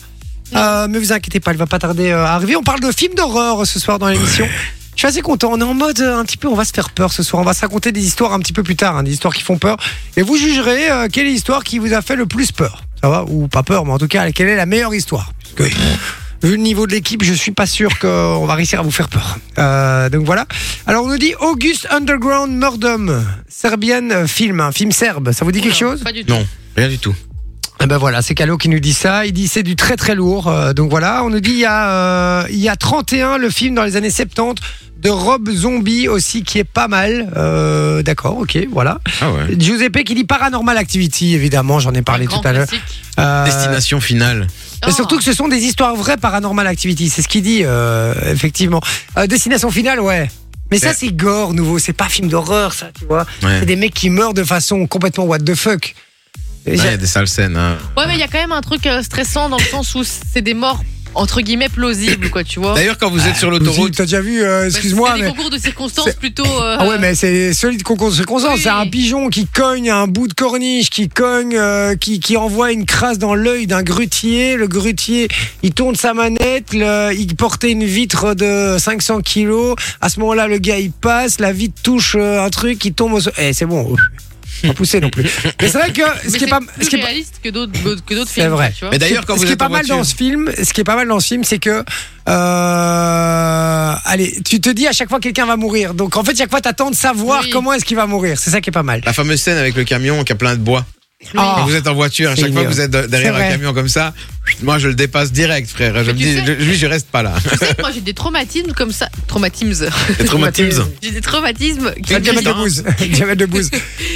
S2: Euh, mais vous inquiétez pas, il va pas tarder euh, à arriver. On parle de films d'horreur euh, ce soir dans l'émission. Je suis assez content. On est en mode euh, un petit peu, on va se faire peur ce soir. On va se raconter des histoires un petit peu plus tard, hein, des histoires qui font peur. Et vous jugerez euh, quelle est l'histoire qui vous a fait le plus peur. Ça va Ou pas peur, mais en tout cas, quelle est la meilleure histoire Parce que, Vu le niveau de l'équipe, je suis pas sûr qu'on va réussir à vous faire peur. Euh, donc voilà. Alors on nous dit August Underground Murdom, Serbian euh, film, un film serbe. Ça vous dit quelque
S3: Oula,
S2: chose
S3: Pas du tout.
S1: Non, rien du tout.
S2: eh ben voilà, c'est Calo qui nous dit ça. Il dit c'est du très très lourd. Euh, donc voilà, on nous dit il y a euh, il y a 31 le film dans les années 70 de Rob Zombie aussi qui est pas mal. Euh, D'accord, ok, voilà.
S1: Ah ouais.
S2: Giuseppe qui dit Paranormal Activity évidemment, j'en ai parlé
S3: Un grand
S2: tout à l'heure.
S3: classique.
S2: Euh,
S1: Destination finale.
S2: mais
S3: Ah.
S2: surtout que ce sont des histoires vraies Paranormal Activity, c'est ce qu'il dit euh, effectivement. Euh, destination finale, ouais. Mais ça
S1: Ouais.
S2: c'est gore nouveau, c'est pas film d'horreur ça, tu vois.
S1: Ouais.
S2: C'est des mecs qui meurent de façon complètement what the fuck. Et
S1: Ouais, Il
S2: j'ai-
S1: y a des sales scènes. hein.
S3: Ouais, mais il y a quand même un truc euh, stressant dans le sens où c'est des morts entre guillemets plausibles, quoi, tu
S2: Oh.
S3: vois.
S1: D'ailleurs, quand vous
S2: Ah,
S1: êtes sur
S2: Bouzy,
S1: l'autoroute,
S2: T'as déjà vu, euh,
S3: Bah,
S2: excuse-moi,
S3: C'est des
S2: mais.
S3: concours de circonstances
S2: c'est-
S3: plutôt. euh,
S2: Ah ouais, mais c'est solide concours de circonstances.
S3: Oui.
S2: C'est un pigeon qui cogne à un bout de corniche, qui cogne, euh, qui, qui envoie une crasse dans l'œil d'un grutier. Le grutier, il tourne sa manette, le- il portait une vitre de 500 kilos. À ce moment-là, le gars, il passe, la vitre touche euh, un truc, il tombe au sol. Eh, c'est bon. <laughs> Pas poussé non plus. Mais c'est vrai que
S3: mais
S2: ce qui
S3: c'est
S2: est pas,
S3: plus
S2: ce qui est pas-
S3: réaliste que d'autres que d'autres
S2: C'est
S3: films.
S2: vrai.
S3: tu vois.
S1: mais d'ailleurs, quand
S2: ce
S1: vous
S2: qui est
S1: êtes
S2: pas
S1: en
S2: mal
S1: voiture,
S2: dans ce film, ce qui est pas mal dans ce film, c'est que euh, allez, tu te dis à chaque fois quelqu'un va mourir. Donc en fait, chaque fois t'attends de savoir
S3: Oui.
S2: comment est-ce qu'il va mourir. C'est ça qui est pas mal.
S1: la fameuse scène avec le camion qui a plein de bois.
S2: Ah.
S1: Quand vous êtes en voiture, à
S2: C'est
S1: chaque fois que
S2: ignoble.
S1: vous êtes de- derrière
S2: C'est vrai.
S1: un camion comme ça, moi je le dépasse direct, frère. Je
S3: Mais
S1: me
S3: tu
S1: dis,
S3: sais-
S1: je- lui, je reste
S2: <laughs>
S1: pas là.
S3: Tu sais que moi j'ai des traumatismes comme ça. Traumatismes.
S1: Les traumatismes.
S3: <laughs> j'ai des traumatismes qui,
S2: Le diamètre
S1: Diamètre
S2: de
S1: triste, hein.
S2: bouse. Le <laughs> diamètre de bouse.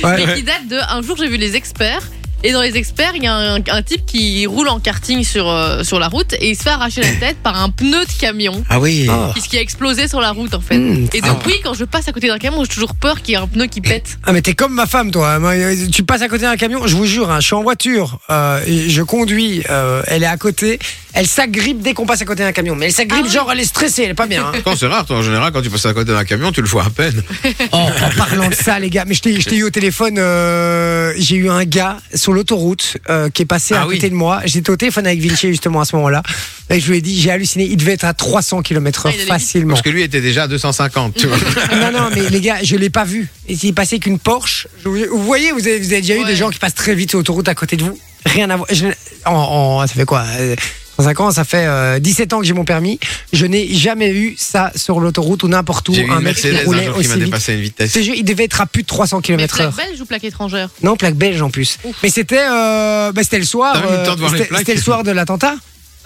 S2: Ouais.
S3: mais qui datent de. Un jour j'ai vu les experts. Et dans les experts, il y a un, un type qui roule en karting sur, euh, sur la route et il se fait arracher la tête par un pneu de camion.
S1: Ah oui.
S2: Ah.
S3: qui- ce qui a explosé sur la route en fait.
S2: Mmh.
S3: Et donc oui, quand je passe à côté d'un camion, j'ai toujours peur qu'il y ait un pneu qui pète.
S2: Ah mais t'es comme ma femme toi. Moi, euh, Tu passes à côté d'un camion, je vous jure, hein, je suis en voiture, euh, et je conduis, euh, elle est à côté, elle s'agrippe dès qu'on passe à côté d'un camion. Mais elle s'agrippe
S3: Ah ouais.
S2: genre elle est stressée, elle est pas bien. hein.
S1: Quand c'est rare, toi, en général, quand tu passes à côté d'un camion, tu le vois à peine. Oh.
S2: En parlant de ça, les gars, mais je t'ai je t'ai eu au téléphone, euh, j'ai eu un gars sur l'autoroute euh, qui est passé à
S1: Ah oui.
S2: côté de moi. J'étais au téléphone avec Vinci justement à ce moment-là. Et je lui ai dit, j'ai halluciné, il devait être à 300 km/h
S3: Ah, il allait
S2: facilement.
S1: Parce que lui était déjà à 250, tu vois.
S2: Non, non, mais les gars, je l'ai pas vu. Et s'il passait qu'une Porsche, je vous vous voyez, vous avez, vous avez déjà eu
S3: Ouais.
S2: des gens qui passent très vite sur l'autoroute à côté de vous. Rien à voir. Je- en- en- ça fait quoi euh, 35 ans, ça fait euh, 17 ans que j'ai mon permis. Je n'ai jamais eu ça sur l'autoroute ou n'importe où.
S1: J'ai eu
S2: Un
S1: une
S2: mec qui
S1: Mercedes un
S2: roulait
S1: jour qui
S2: aussi
S1: m'a
S2: vite.
S1: dépassé à une vitesse.
S2: Ce jeu, il devait être à plus de 300
S3: Mais
S2: km/h.
S3: plaque belge ou plaque étrangère
S2: Non, plaque belge en plus.
S3: Ouf.
S2: Mais c'était, euh, bah, c'était le soir.
S1: T'as même eu le temps de voir les
S2: c'était,
S1: plaques.
S2: c'était le soir de l'attentat.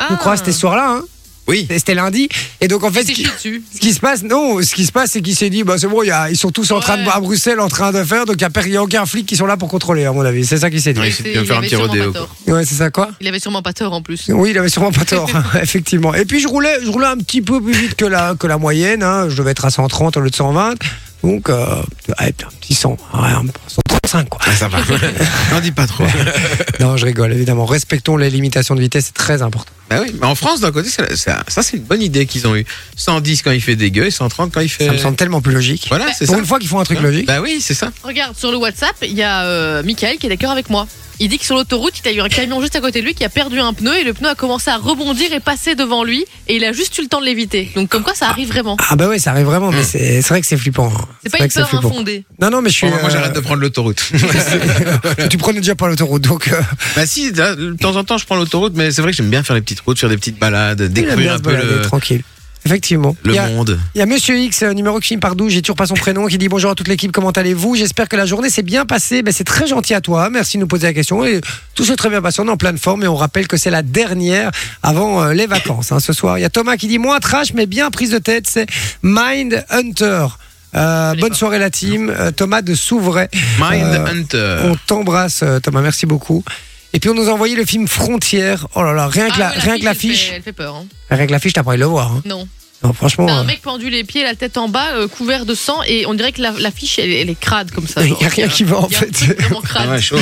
S2: Je
S3: Ah.
S2: crois c'était ce soir-là. hein.
S1: Oui.
S2: C'était- C'était lundi. Et donc en fait,
S3: Il
S2: ce
S3: s'est
S2: qui,
S3: chié dessus.
S2: ce qui se passe, non, ce qui se passe, c'est qu'il s'est dit, bah c'est bon, il y a- ils sont tous en train de
S3: Ouais.
S2: à Bruxelles, en train de faire. Donc il y a per- il y a, aucun flic qui sont là pour contrôler, à mon avis. C'est ça qui s'est dit.
S1: Ouais,
S3: Il
S1: c'est
S3: était-
S1: bien
S3: il
S1: faire un
S3: avait
S1: petit
S3: sûrement pas
S1: rodéo,
S3: tort.
S2: Ouais, c'est ça quoi
S3: Il avait sûrement pas tort en plus.
S2: Oui, il avait sûrement pas
S3: <laughs>
S2: tort, <laughs> effectivement. Et puis je roulais, je roulais un petit peu plus vite que la, que la moyenne. hein. Je devais être à 130 au lieu de 120. Donc euh, ouais, un petit 100, ouais, un 135 quoi.
S1: Ah,
S2: <laughs>
S1: ça va. N'en dis pas trop. Euh,
S2: Non, je rigole, évidemment. Respectons les limitations de vitesse, c'est très important.
S1: Bah oui, mais en France, d'un côté, ça, ça- ça, c'est une bonne idée qu'ils ont eu. 110 quand il fait dégueu et 130 quand il fait.
S2: Ça me semble tellement plus logique.
S1: Voilà, Euh, c'est
S2: Pour
S1: ça.
S2: une fois qu'ils font un truc
S1: Hein
S2: logique.
S1: Bah oui, c'est ça.
S3: Regarde, sur le WhatsApp, il y a euh, Michael qui est d'accord avec moi. Il dit que sur l'autoroute, il y a eu un camion juste à côté de lui qui a perdu un pneu et le pneu a commencé à rebondir et passer devant lui et il a juste eu le temps de l'éviter. Donc comme quoi ça arrive vraiment.
S2: Ah bah oui, ça arrive vraiment,
S1: Mm.
S2: mais c'est c'est vrai que c'est flippant. hein.
S3: C'est pas
S2: vrai
S3: une
S2: que c'est
S3: peur
S2: flippant.
S3: infondée.
S2: Non, non, mais je suis.
S1: Bon, Oh, Moi,
S2: euh,
S1: j'arrête de prendre l'autoroute. <laughs>
S2: <laughs> tu prenais déjà pas l'autoroute, donc. euh,
S1: bah si, là, de temps en temps, je prends l'autoroute, mais c'est vrai que j'aime bien faire les petites routes, faire des petites balades,
S2: il <laughs> aime
S1: découvrir
S2: bien
S1: un
S2: se
S1: peu
S2: balader,
S1: le,
S2: tranquille. Effectivement.
S1: le
S2: il, y a,
S1: monde.
S2: il y a Monsieur X, euh, numéro qui finit par 12, j'ai toujours pas son prénom, qui dit bonjour à toute l'équipe, comment allez-vous J'espère que la journée s'est bien passée. Ben, c'est très gentil à toi, merci de nous poser la question. Et tout s'est très bien passé, on est en pleine forme et on rappelle que c'est la dernière avant euh, les vacances hein, ce soir. Il y a Thomas qui dit moins trash mais bien prise de tête, c'est Mind Hunter. Euh,
S3: connais
S2: bonne
S3: pas.
S2: soirée la team, Euh, Thomas de Souvray.
S1: Mind
S2: Euh,
S1: Hunter.
S2: On t'embrasse, euh, Thomas. Merci beaucoup. Et puis on nous a envoyé le film Frontière. Oh là là, rien que
S3: Ah
S2: la,
S3: ouais,
S2: rien que
S3: elle fait-
S2: l'affiche,
S3: Elle fait peur. hein.
S2: rien que l'affiche, t'as pas envie de le voir. hein.
S3: Non.
S2: Non, franchement,
S3: T'as un
S2: euh,
S3: mec pendu les pieds, la tête en bas, euh, couvert de sang et on dirait que la- l'affiche elle, elle est crade comme ça.
S2: il
S3: genre.
S2: <laughs> y a rien qui va en
S3: Il y a un
S2: fait. <laughs>
S3: truc vraiment crade.
S1: Ah ouais, chaud.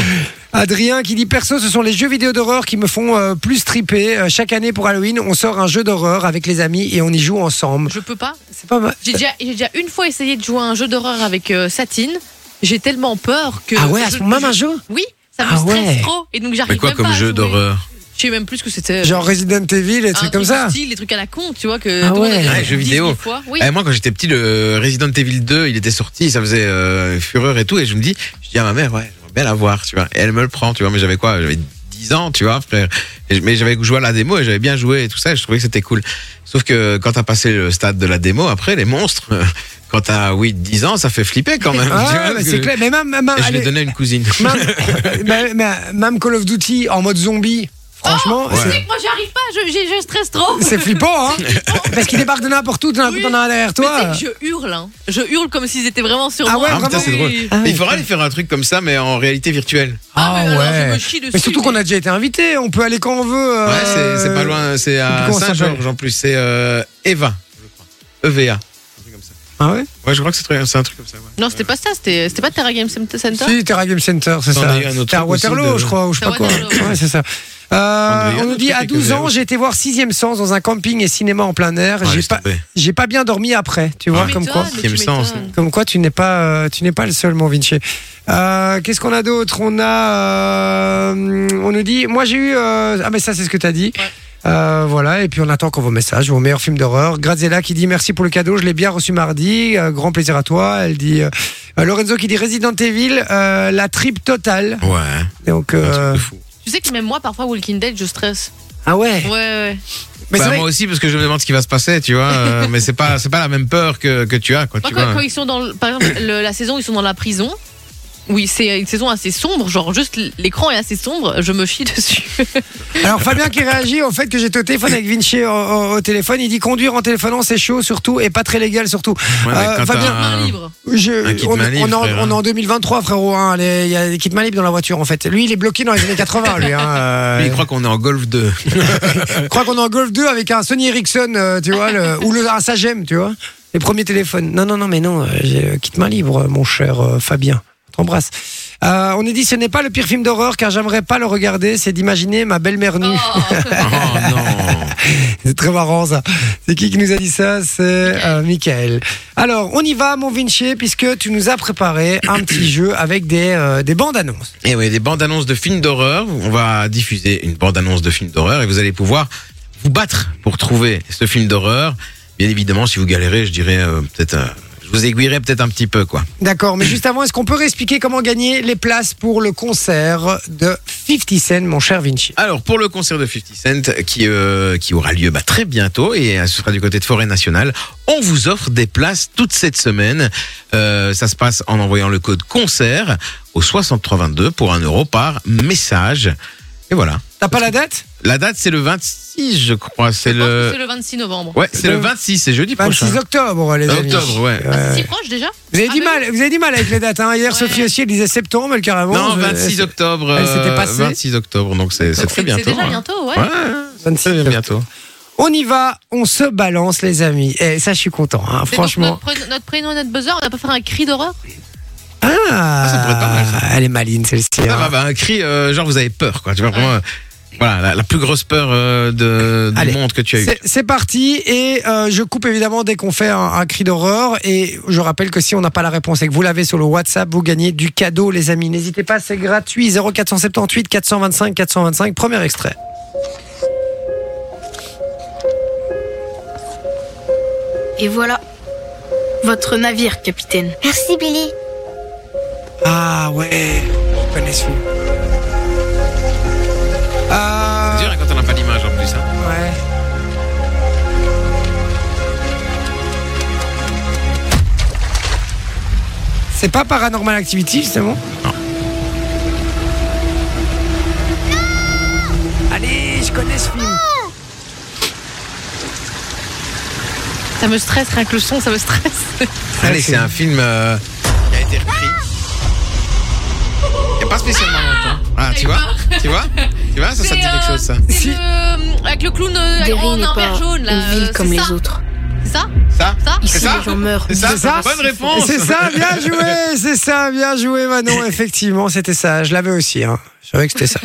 S2: Adrien qui dit perso, ce sont les jeux vidéo d'horreur qui me font euh, plus triper. Euh, chaque année pour Halloween, on sort un jeu d'horreur avec les amis et on y joue ensemble.
S3: Je peux pas. C'est
S2: Pas mal.
S3: J'ai déjà, j'ai déjà une fois essayé de jouer à un jeu d'horreur avec euh, Satine. J'ai tellement peur que.
S2: Ah ouais, à
S3: je-
S2: ce moment même un
S3: je-
S2: jeu.
S3: Oui, ça me
S2: Ah
S3: stresse
S2: ouais.
S3: trop. Et donc j'arrive
S1: Mais quoi
S3: même pas
S1: comme
S3: à
S1: jeu
S3: jouer.
S1: d'horreur
S3: Je sais même plus ce que c'était.
S2: Genre Resident Evil et
S3: un
S2: trucs
S3: truc
S2: comme ça.
S3: du Style, les trucs à la con, tu vois. Que
S2: Ah
S3: tout le monde a
S2: ouais.
S3: déjà
S1: Ouais,
S3: dit
S1: jeux
S3: 10
S1: vidéo.
S3: 000 fois. Oui.
S1: Eh, moi, quand j'étais petit, le Resident Evil 2, il était sorti, ça faisait euh, fureur et tout, et je me dis, je dis à ma mère, ouais, j'aimerais bien la voir, tu vois. Et elle me le prend, tu vois, mais j'avais quoi J'avais 10 ans, tu vois, frère. Et je- mais j'avais joué à la démo et j'avais bien joué et tout ça, et je trouvais que c'était cool. Sauf que quand t'as passé le stade de la démo, après, les monstres, <laughs> euh, quand t'as, oui, 10 ans, ça fait flipper quand
S3: <laughs>
S1: même.
S2: Ah,
S1: tu vois,
S2: mais
S1: parce
S2: c'est
S1: que-
S2: clair. Mais même, même,
S1: Et je l'ai
S2: allez,
S1: donné à
S2: <laughs>
S1: une cousine.
S2: même- même- même- même Call of Duty en mode zombie. Franchement,
S1: Ouais.
S2: c'est-
S3: Tu sais que moi j'arrive pas, je, j'ai- je stresse trop. <laughs>
S2: c'est flippant, hein Parce qu'il débarque de n'importe où, t'en as
S3: Oui.
S2: t'en as derrière
S3: Mais
S2: toi.
S3: tu sais que je hurle, hein. je hurle comme s'ils étaient vraiment sur
S2: Ah
S3: moi.
S2: ouais,
S1: Ah, putain,
S2: vraiment
S1: c'est drôle.
S3: Oui.
S2: Ah ouais.
S1: <laughs> Il faudra aller faire un truc comme ça, mais en réalité virtuelle.
S3: Ah, mais alors, je me chie
S2: Mais
S3: dessus,
S2: surtout qu'on a déjà été invité, on peut aller quand on veut. euh,
S1: Ouais, c'est- c'est pas loin, c'est
S2: plus
S1: à
S2: comment ça
S1: Saint-Georges en plus, c'est euh, Eva, je crois. E EVA. un truc comme ça.
S2: Ah ouais
S1: Ouais, je crois que c'est un- c'est un truc comme ça. ouais.
S3: Non, c'était pas ça, c'était, c'était pas Terra Game Center.
S2: Si, Terra Game Center, c'est
S1: On
S2: ça.
S1: a eu un autre
S2: C'était à
S1: truc aussi
S2: Waterloo,
S1: de-
S2: je crois, ou je sais
S3: À
S2: pas quoi.
S3: Waterloo.
S2: Ouais, c'est ça. Euh,
S1: On a eu un
S2: on nous
S1: autre
S2: dit
S1: truc
S2: à
S1: avec
S2: 12 ans,
S1: Véro.
S2: j'ai été voir 6ème sens dans un camping et cinéma en plein air.
S1: Ouais,
S2: j'ai
S1: laisse
S2: pas,
S1: tomber.
S2: j'ai pas bien dormi après, tu
S3: Ah,
S2: vois, comme quoi.
S1: Sixième sens,
S2: Comme quoi, tu n'es pas, euh, tu n'es pas le seul, mon Vinci. Euh, Qu'est-ce qu'on a d'autre On a, euh, on nous dit, moi j'ai eu, euh, ah mais ça c'est ce que t'as dit.
S3: Ouais.
S2: Euh, voilà, et puis on attend encore vos messages, vos meilleurs films d'horreur. Graziella qui dit merci pour le cadeau, je l'ai bien reçu mardi, euh, grand plaisir à toi. Elle dit euh, euh, Lorenzo qui dit Resident Evil, euh, la trip totale.
S1: Ouais, hein.
S2: Donc
S1: un truc
S2: euh,
S1: de fou.
S3: Tu sais que même moi, parfois, Walking Dead, je stresse.
S2: ah ouais.
S3: Ouais, ouais.
S2: Mais
S1: Bah,
S2: c'est vrai-
S1: moi aussi, parce que je me demande ce qui va se passer, tu
S2: <laughs>
S1: vois. euh, mais c'est pas, c'est pas la même peur que, que tu as, quoi.
S3: Moi,
S1: Tu
S3: quand,
S1: vois.
S3: quand ils sont dans, le- par exemple, le- la saison où ils sont dans la prison, oui, c'est une saison assez sombre, genre juste l'écran est assez sombre, je me chie dessus.
S2: Alors Fabien qui réagit au fait que j'étais au téléphone avec Vinci au, au- au téléphone, il dit conduire en téléphonant c'est chaud surtout et pas très légal surtout.
S1: Ouais, mais
S2: Euh,
S1: quand
S2: Fabien-
S1: t'as
S3: Main
S1: un-
S3: libre.
S2: Je-
S1: Un kit
S2: on,
S1: main libre,
S2: on est en-
S1: frère, hein.
S2: on est en 2023, frérot. hein. Les- Il y a des kits main libre dans la voiture, en fait. Lui, il est bloqué dans les années 80, lui. Hein. euh,
S1: Lui, <laughs> il croit qu'on est en
S2: <laughs>
S1: Golf 2.
S2: je crois qu'on est en Golf 2 avec un Sony Ericsson, euh, tu vois, le- ou le, un Sagem, tu vois. Les premiers téléphones. Non, non, non, mais non, euh, j'ai euh, kit main libre, euh, mon cher euh, Fabien. On T'embrasse. Euh, on est dit, ce n'est pas le pire film d'horreur, car j'aimerais pas le regarder, c'est d'imaginer ma belle-mère <laughs> nue.
S3: Oh.
S1: oh non. <laughs>
S2: C'est très marrant ça. C'est qui qui nous a dit ça C'est euh, Michael. Alors, on y va, mon Vinci, puisque tu nous as préparé un
S1: <coughs>
S2: petit jeu avec des, euh, des bandes annonces.
S1: Et Eh oui, des bandes annonces de films d'horreur. On va diffuser une bande annonce de films d'horreur et vous allez pouvoir vous battre pour trouver ce film d'horreur. Bien évidemment, si vous galérez, je dirais euh, peut-être. euh, je je vous aiguillerai peut-être un petit peu, quoi.
S2: D'accord, mais juste avant, est-ce qu'on peut réexpliquer comment gagner les places pour le concert de 50 Cent, mon cher Vinci
S1: Alors, pour le concert de 50 Cent, qui, euh, qui aura lieu bah, très bientôt, et euh, ce sera du côté de Forêt Nationale, on vous offre des places toute cette semaine. Euh, ça se passe en envoyant le code concert au 6322 pour un euro par message. Et voilà.
S2: T'as pas la date
S1: La date, c'est le 26, je crois. C'est
S3: Je pense que
S1: le...
S3: C'est le 26 novembre.
S1: Ouais, c'est
S2: Le-
S1: le 26, c'est jeudi prochain.
S2: 26 octobre, les amis.
S1: Octobre, ouais.
S2: Euh,
S3: Ah, c'est si proche déjà
S2: vous, avez
S3: Ah,
S2: du
S3: mais
S2: mal, vous avez du mal avec les dates. Hein. Hier,
S3: Ouais.
S2: Sophie aussi, elle disait septembre, elle carrément.
S1: non,
S2: Euh, Je-
S1: 26 octobre.
S2: elle s'était
S1: euh,
S2: passée.
S1: 26 octobre, donc c'est c'est très
S3: C'est
S1: bientôt.
S3: c'est déjà
S1: hein.
S3: bientôt, ouais.
S1: Ouais,
S2: 26
S1: très
S2: octobre.
S1: Euh, bientôt.
S2: On y va, on se balance, les amis. Et ça, je suis content, hein,
S3: C'est donc
S2: franchement.
S3: Notre, pr- notre prénom et notre buzzer, on va pas faire un cri d'horreur
S2: Ah,
S1: ça pourrait être pas mal,
S2: elle est maline, celle-ci.
S1: Ça
S2: hein.
S1: va, bah, un cri, euh, genre vous avez peur, quoi. Tu vois, vraiment, euh, voilà, la, la plus grosse peur euh, de, du
S2: Allez.
S1: monde que tu as eu.
S2: C'est- C'est parti et euh, je coupe évidemment dès qu'on fait un, un cri d'horreur et je rappelle que si on n'a pas la réponse et que vous l'avez sur le WhatsApp, vous gagnez du cadeau les amis. N'hésitez pas, c'est gratuit 0478 425 425. Premier extrait.
S4: Et voilà. Votre navire, capitaine.
S5: Merci Billy.
S2: Ah ouais, je connais celui. Ah,
S1: C'est dur hein, quand on n'a pas l'image en plus. hein.
S2: ouais. C'est pas Paranormal Activity justement
S1: Non.
S2: Allez, je connais ce film.
S3: Ça me stresse, rien que le son, ça
S2: <laughs>
S3: me stresse.
S1: Allez,
S2: c'est-
S1: c'est un film euh, qui a été repris. Il n'y a pas spécialement longtemps. Ah, tu
S3: eu
S1: vois,
S3: peur.
S1: tu vois, tu vois, ça, ça te dit
S3: C'est,
S1: quelque
S3: euh,
S1: chose, ça.
S3: c'est
S2: Si.
S3: le- avec le clown euh,
S4: Derry
S3: en
S4: n'est
S3: imper
S4: pas
S3: jaune, là.
S4: une
S3: euh,
S4: ville comme
S3: c'est
S4: les
S3: ça
S4: autres.
S3: C'est ça
S1: Ça,
S3: Ça
S1: c'est
S4: Ici,
S1: ça,
S4: les gens meurent.
S1: c'est ça, bonne réponse.
S2: C'est ça,
S1: <laughs>
S2: bien joué, c'est ça, bien joué Manon, effectivement, c'était ça, je l'avais aussi, hein. je savais que c'était
S1: <laughs>
S2: ça.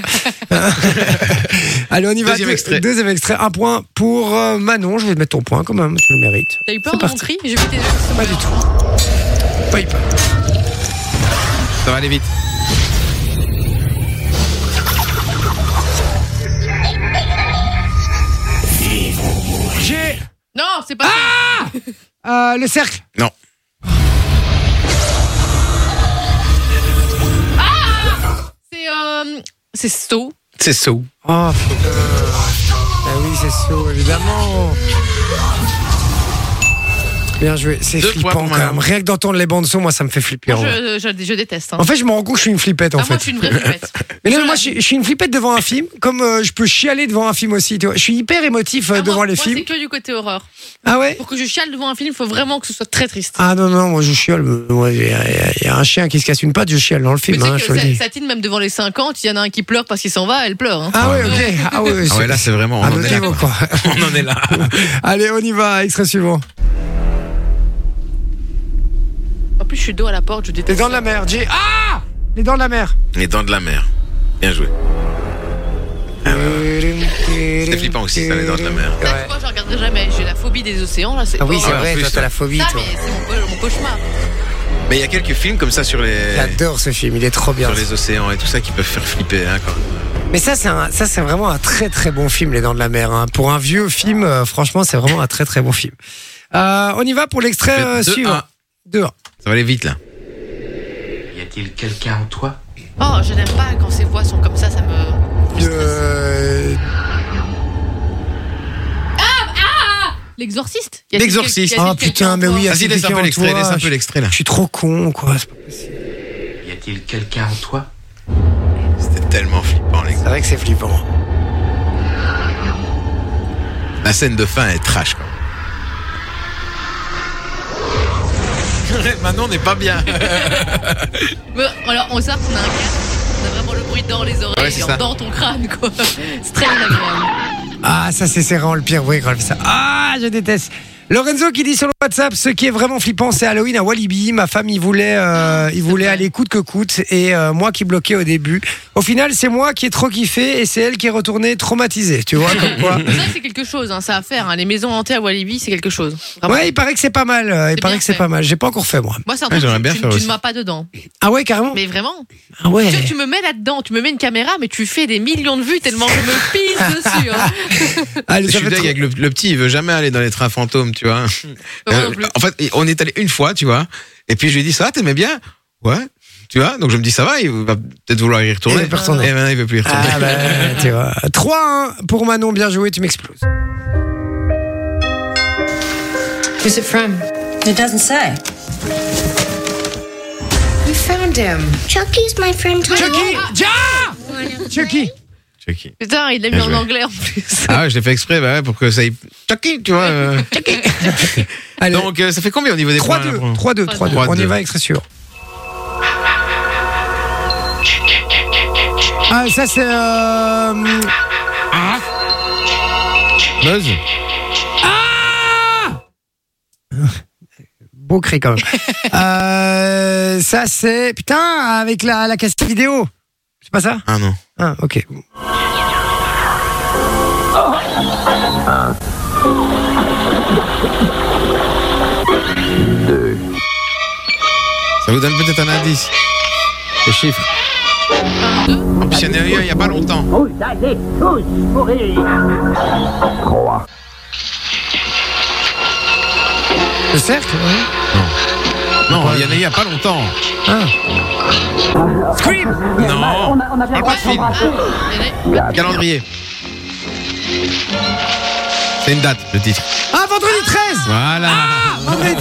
S2: Allez, on y va.
S1: Deuxième
S2: Deux-
S1: extrait.
S2: Deuxième extrait, un point pour euh, Manon, je vais te mettre ton point quand même, tu le mérites.
S3: T'as eu peur
S2: C'est
S3: de mon
S2: parti.
S3: cri J'ai vu tes
S2: Pas du tout. Pas eu peur.
S1: Ça va aller vite.
S3: Non, c'est pas
S2: Ah Euh, le cercle.
S1: Non.
S3: ça. C'est. euh, C'est Sto.
S1: C'est So.
S2: Oh putain. Bah oui, c'est sûr, évidemment. Bien joué, c'est
S1: Deux points
S2: flippant
S1: pour
S2: quand
S1: Manon.
S2: même. Rien que d'entendre les bandes son, moi ça me fait flipper.
S3: Je,
S2: en vrai.
S3: je, je déteste. hein.
S2: En fait, je me rends compte que je suis une flippette en
S3: Ah,
S2: fait.
S3: moi, je suis une
S2: <laughs>
S3: vraie fumette.
S2: Mais non, mais moi, je, suis- je suis une flippette devant un film, comme euh, je peux chialer devant un film aussi. Tu vois. Je suis hyper émotif euh,
S3: Ah, moi-
S2: devant les
S3: moi,
S2: films.
S3: C'est que du côté horreur.
S2: Ah ouais
S3: Pour que je chiale devant un film, il faut vraiment que ce soit très triste.
S2: Ah non, non, moi je chiale. Moi, Il y, a il y a un chien qui se casse une patte, je chiale dans le
S3: Mais
S2: film,
S3: tu sais
S2: hein,
S3: que
S2: je te le
S3: Sa-
S2: dis.
S3: Satine, même devant les 50, il y en a un qui pleure parce qu'il s'en va, elle pleure. hein.
S2: Ah ouais,
S1: Ouais.
S2: ok. Ah ouais,
S1: Ah ouais, là, c'est vraiment, on
S2: un
S1: en
S2: autre
S1: est là.
S2: niveau,
S1: quoi.
S2: quoi. <laughs>
S1: On en est là.
S2: Allez, on y va, extrait suivant.
S3: En plus, je suis dos à la porte, je
S2: Les
S3: déteste.
S2: dents de la mer, Jay. Ah Les dents de la mer.
S1: <laughs> Les dents de la mer. Bien joué.
S2: C'est
S1: C'est flippant aussi, ça, les dents de la mer.
S3: Ça, tu vois, je regarderai jamais. J'ai la phobie des océans, là. c'est-
S2: Ah oui, c'est hein.
S1: Ah, en
S2: vrai,
S1: plus,
S2: toi, t'as
S1: ça.
S2: la phobie,
S3: Ça,
S2: toi.
S3: mais c'est mon, co- mon cauchemar.
S1: Mais il y a quelques films comme ça sur les,
S2: J'adore ce film, il est trop bien.
S1: Eh. sur les océans et tout ça qui peuvent faire flipper. Hein, quand...
S2: Mais ça, c'est un- ça, c'est vraiment un très très bon film, Les Dents de la Mer. hein. Pour un vieux film, euh, franchement, c'est vraiment un très très bon film. Euh, on y va pour l'extrait euh,
S1: Deux,
S2: suivant.
S1: un.
S2: Deux. un.
S1: Ça va aller vite, là.
S6: Y a-t-il quelqu'un en toi
S3: Oh, je n'aime pas quand ces voix sont comme ça, ça me.
S2: Euh, De-
S3: L'exorciste Y a-t-il
S1: L'exorciste.
S3: quel- y a-t-il
S2: Ah, putain,
S3: quelqu'un
S2: mais oui,
S3: toi
S2: y a-
S1: Vas-y, laisse un
S2: quelqu'un
S1: peu
S2: en
S1: l'extrait,
S2: toi,
S1: laisse un
S2: je-
S1: peu l'extrait, là.
S2: Je suis trop con, quoi. C'est pas possible.
S6: Y a-t-il quelqu'un en toi
S1: C'était tellement flippant, les gars.
S2: C'est vrai que c'est flippant.
S1: La scène de fin est trash, quoi. Maintenant, on n'est pas bien.
S2: euh.
S3: Mais alors, on sort, on a un casque, on a vraiment le bruit dans les
S1: Ouais,
S3: oreilles,
S1: c'est
S3: genre
S1: ça.
S3: dans ton crâne, quoi. C'est très agréable.
S2: Ah, ça, c'est c'est vraiment le pire. Oui, quand elle fait ça. Ah, je déteste. Lorenzo qui dit sur le WhatsApp, ce qui est vraiment flippant, c'est Halloween à Walibi. Ma femme, il voulait, euh, il voulait
S3: vrai.
S2: aller coûte que coûte, et euh, moi qui bloquais au début. Au final, c'est moi qui ai trop kiffé, et c'est elle qui est retournée traumatisée. Tu vois, comme quoi.
S3: Ça, c'est quelque chose, hein, ça à faire. hein. Les maisons hantées à Walibi, c'est quelque chose. Vraiment.
S2: Ouais, il paraît que c'est pas mal. euh, Il
S3: C'est
S2: paraît
S3: bien
S2: que c'est
S3: fait.
S2: pas mal. J'ai pas encore fait moi.
S3: Moi, c'est un
S1: Ouais,
S3: truc,
S1: j'aimerais
S3: tu-
S1: bien
S3: tu,
S1: faire
S3: tu
S1: aussi.
S3: ne m'as pas dedans.
S2: Ah ouais, carrément.
S3: Mais vraiment
S2: Ah ouais.
S3: Eh. <laughs> tu, vois, tu me mets là-dedans, tu me mets une caméra, mais tu fais des millions de vues tellement je me pisse dessus. hein.
S2: Allez,
S1: Je
S2: Ah, ça
S1: suis
S2: fait
S1: dingue
S2: trop-
S1: avec le, le petit, il veut jamais aller dans les trains fantômes, tu <laughs> vois.
S3: Moi non
S1: Euh,
S3: plus.
S1: en fait, on est allé une fois, tu vois. Et puis je lui ai dit, ça, va, t'aimais bien Ouais. Tu vois, donc je me dis, ça va, il va peut-être vouloir y retourner.
S2: Il veut pas retourner.
S1: Et maintenant, il veut plus y retourner.
S2: Ah
S1: <laughs>
S2: bah, tu vois. 3-1 pour Manon, bien joué, tu m'exploses.
S5: Who's it from? It doesn't say.
S7: You found him.
S8: Chucky's my friend Tom.
S2: Chucky Ja Chucky
S1: Chucky.
S3: Putain, il l'a mis
S1: Bien
S3: en
S1: joué.
S3: anglais en plus.
S1: Ah ouais, je l'ai fait exprès, bah ouais, pour que ça aille. Chucky, tu
S2: <laughs>
S1: vois. euh.
S2: Allez,
S1: Donc, euh, ça fait combien au niveau des points là,
S2: 3-2,
S1: pour-
S2: 3-2, 3-2. On y
S1: 3-2.
S2: va, extrait sûr. Ah, ça c'est. Euh...
S1: Buzz
S2: Beau cri quand
S3: <laughs>
S2: même. euh, ça c'est. Putain, avec la, la cassette vidéo. C'est pas ça
S1: Ah non.
S2: Ah, ok.
S1: Ça vous donne peut-être un indice. Le chiffre. En plus, il y en a eu un il n'y a pas longtemps.
S2: Le cercle ouais.
S1: Non, il y en a eu il n'y a pas longtemps.
S2: Ah. Scream
S1: Non. Je parle pas de film. Calendrier. C'est une date, le titre.
S2: Ah, vendredi 13
S1: Voilà.
S2: Vendredi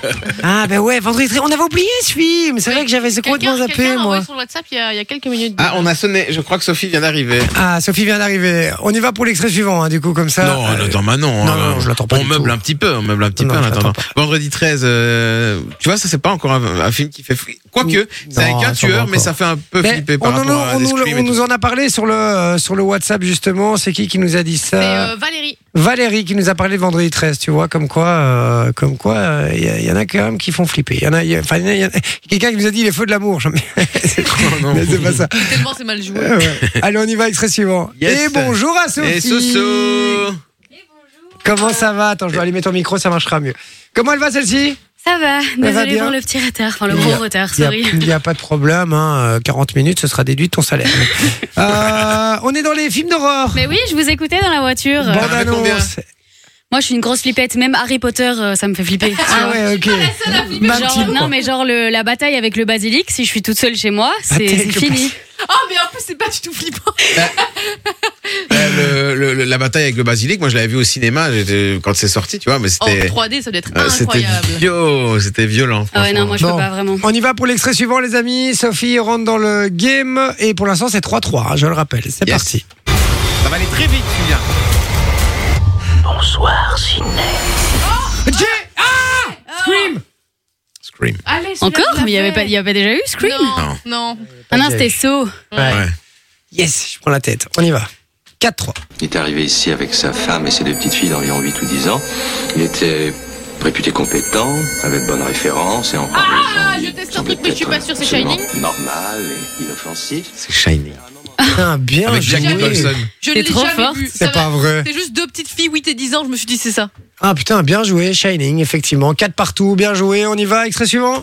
S2: 13
S3: <laughs>
S2: Ah, ben ouais, vendredi 13. On avait oublié ce film. C'est vrai que j'avais complètement
S3: Quelqu'un-
S2: zappé,
S3: quelqu'un a
S2: moi.
S3: envoyé son WhatsApp il y a, il y a quelques minutes.
S1: Ah, on a sonné. Je crois que Sophie vient d'arriver.
S2: Ah, Sophie vient d'arriver. On y va pour l'extrait suivant, hein, du coup, comme ça.
S1: Non, on
S2: Euh,
S1: attends, Manon.
S2: non,
S1: hein.
S2: non, non, je l'attends pas
S1: On
S2: du
S1: meuble
S2: tout.
S1: un petit peu, on meuble un petit
S2: Non,
S1: peu en
S2: je l'attends
S1: attendant. Vendredi 13, euh, tu vois, ça c'est pas encore un, un film qui fait. fli- Quoique, c'est
S2: Non,
S1: avec un
S2: attends,
S1: tueur,
S2: encore.
S1: mais ça fait un peu
S2: Mais
S1: flipper
S2: on,
S1: par
S2: en-
S1: rapport à
S2: on
S1: des
S2: nous,
S1: screams
S2: on
S1: et
S2: nous
S1: tout.
S2: en a parlé sur le, euh, sur le WhatsApp justement. C'est qui qui nous a dit ça
S3: C'est euh, Valérie.
S2: Valérie qui nous a parlé de vendredi 13, tu vois, comme quoi, euh, comme quoi, il y, en a quand même qui font flipper. Il y en a, y a- enfin, y en a- y en a- quelqu'un qui nous a dit les feux de l'amour. J'aime bien. c'est
S1: <laughs> non.
S2: mais c'est pas ça.
S3: Tellement c'est mal
S2: <laughs>
S3: joué.
S2: Euh, <laughs> ouais. Allez, on y va, extrait suivant.
S1: Yes.
S2: Et bonjour à Sophie.
S1: Et Soso Euh,
S2: Comment ça va Attends, je vais allumer ton micro, ça marchera mieux. Comment elle va celle-ci
S5: Ça va,
S2: va
S5: désolé
S2: bien
S5: pour le petit retard, enfin le
S2: Il y a-
S5: gros retard, sorry.
S2: Il n'y a, pas de problème, hein, euh, 40 minutes, ce sera déduit de ton salaire. Euh, on est dans les films d'horreur.
S5: Mais oui, je vous écoutais dans la voiture.
S2: Bande
S1: en a combien
S2: annonce.
S5: Moi, je suis une grosse flippette, même Harry Potter, euh, ça me fait flipper.
S2: Ah ouais, ok. Même
S5: Genre,
S2: type, quoi.
S5: non, mais genre le- la bataille avec le basilic, si je suis toute seule chez moi, c'est
S2: Bataille
S5: c'est
S2: avec le
S5: fini.
S3: Ah, mais en plus, c'est pas du tout flippant.
S1: Euh, le- le- La bataille avec le basilic, moi je l'avais vu au cinéma j'étais- quand c'est sorti, tu vois, mais
S3: En
S1: c'était.
S3: 3D, Oh, ça doit être
S1: euh, C'était
S3: incroyable.
S1: bio, c'était violent.
S5: Oh, Ah ouais, non, moi je
S2: Bon.
S5: peux pas vraiment.
S2: On y va pour l'extrait suivant, les amis. Sophie rentre dans le game. Et pour l'instant, c'est 3-3, hein, je le rappelle. C'est
S1: Yes.
S2: parti.
S1: Ça va aller très vite, Julien.
S2: Oh Jay- Ah Scream
S1: Scream.
S3: Allez, celui-là,
S5: Encore
S3: je l'ai
S5: Mais il y avait
S3: fait.
S5: pas, il y avait déjà eu Scream
S3: Non, non.
S5: Ah non, c'était So.
S1: Ouais.
S2: Yes, je prends la tête. On y va. 4-3.
S9: Il est arrivé ici avec sa femme et ses deux petites filles d'environ 8 ou 10 ans. Il était réputé compétent, avait de bonnes références et encore
S3: Ah,
S9: des gens,
S3: je teste un
S9: il semblait
S3: truc, mais je suis pas sûre, c'est
S9: absolument
S3: Shining
S9: Normal et inoffensif.
S1: C'est shiny.
S2: Putain, bien
S1: Avec Jack
S2: joué.
S1: Nicholson.
S3: Je
S5: T'es
S3: l'ai
S5: trop
S3: jamais
S5: forte.
S3: vu. Ça
S2: C'est
S3: va-
S2: pas vrai.
S3: C'est juste deux petites filles, 8 et 10 ans, je me suis dit, c'est ça.
S2: Ah putain, bien joué, Shining, effectivement. 4 partout, bien joué. On y va, extrait suivant.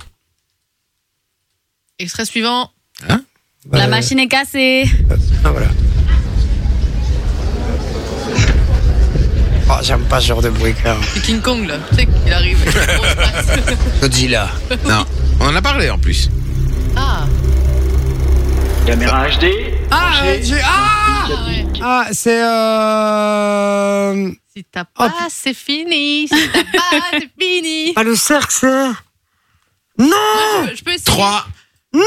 S3: Extrait suivant.
S2: Euh,
S5: La machine est cassée.
S2: Ah, voilà. Oh, j'aime pas ce genre de bruit, quand même.
S3: C'est King Kong, là. Tu sais qu'il arrive.
S2: Godzilla.
S1: Non, on en a parlé en plus.
S3: ah,
S10: Caméra HD,
S2: Ah, euh, Jay- ah,
S3: ah ouais.
S2: ah c'est. Euh...
S3: Si t'as pas,
S5: Ah,
S3: c'est fini. Si t'as
S5: <laughs>
S3: pas, c'est fini.
S2: Ah, le cercle, c'est. Non
S3: Je- Je peux essayer.
S1: 3, 2,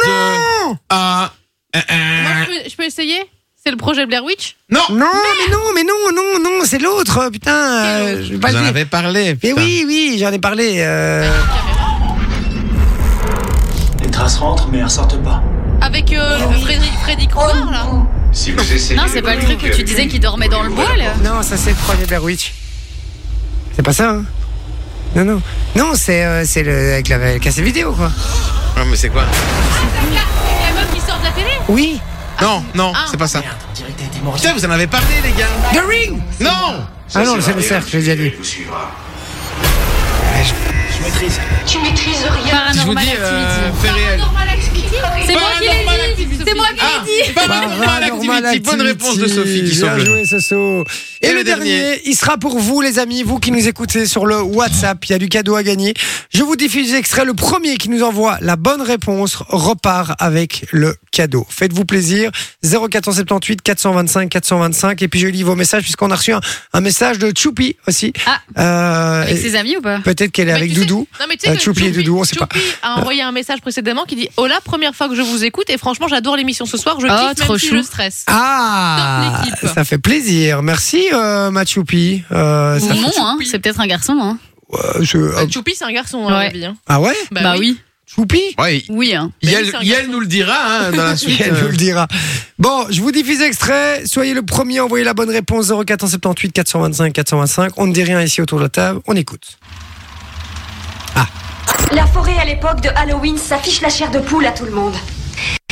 S1: 1.
S3: Moi, je, peux, je peux essayer C'est le projet Blair Witch
S1: Non
S2: Non, mais non, mais non, non, non, c'est l'autre, putain. euh, je vais pas
S1: Vous
S2: le
S1: en
S2: dire.
S1: avez parlé.
S2: Mais
S1: putain.
S2: oui, oui, j'en ai parlé. euh,
S10: les traces rentrent mais elles ressortent pas.
S3: Avec euh,
S5: Ah
S3: le Freddy, Freddy
S5: Oh
S3: Krueger, là
S6: Si vous essayez.
S5: Non, c'est pas le truc où tu disais qu'il dormait dans le bois là
S2: Non, ça c'est le projet Blair Witch. C'est pas ça, hein Non, non. Non, c'est euh, c'est le avec la, la cassette vidéo, quoi.
S1: Ah, mais c'est quoi
S3: La meuf qui sort de la télé
S2: Oui.
S1: Non, non,
S3: Ah.
S1: c'est pas ça. Putain, vous en avez parlé, les gars.
S2: The Ring
S1: Non
S2: Ah non, c'est le cercle, j'ai déjà lu.
S6: vous suivra.
S9: Je maîtrise.
S7: Tu maîtrises rien.
S1: Si je vous
S5: Paranormal
S1: dis, euh,
S5: Activity.
S1: fait réel.
S3: Normal Activity
S5: C'est moi qui l'ai dit. C'est moi qui l'ai dit.
S1: Paranormal Activity. Bonne réponse de Sophie qui
S2: Bien
S1: semble.
S2: joué, Soso. Et, le, dernier, il sera pour vous, les amis, vous qui nous écoutez sur le WhatsApp. Il y a du cadeau à gagner. Je vous diffuse l'extrait. Le premier qui nous envoie la bonne réponse repart avec le cadeau. Faites-vous plaisir. 0478 425 425. Et puis je lis vos messages puisqu'on a reçu un, un message de Choupi aussi.
S5: Ah.
S2: Euh, et
S5: Avec ses amis ou pas
S2: Peut-être qu'elle est
S3: Mais
S2: avec
S3: tu sais-
S2: Doudou.
S3: Non, mais tu sais
S2: Euh,
S3: que
S2: Choupi et Doudou, on sait
S3: Choupi a envoyé un message précédemment qui dit Hola, première fois que je vous écoute et franchement, j'adore l'émission ce soir. Je
S5: Oh,
S3: kiffe même
S5: trop
S3: si
S5: chou.
S3: je stresse.
S2: Ah,
S3: Top l'équipe.
S2: ça fait plaisir. Merci, euh, Machupi. Euh, ça
S5: Ou
S2: fait-
S5: non, hein. C'est peut-être un garçon, hein.
S2: euh, je- euh,
S3: Euh, Choupi, c'est un garçon, hein, à
S5: Ouais.
S3: mon avis, hein.
S2: ah ouais
S5: Bah, oui.
S2: Choupi
S1: Ouais,
S5: Oui, hein.
S3: Mais
S1: Yael,
S3: oui, c'est un
S1: Yael
S3: garçon.
S1: nous le dira hein, dans la suite.
S2: Elle
S1: euh.
S2: nous le dira. Bon, je vous diffuse l'extrait. Soyez le premier à envoyer la bonne réponse 0478 425 425. On ne dit rien ici autour de la table. On écoute.
S7: La forêt à l'époque de Halloween s'affiche la chair de poule à tout le monde.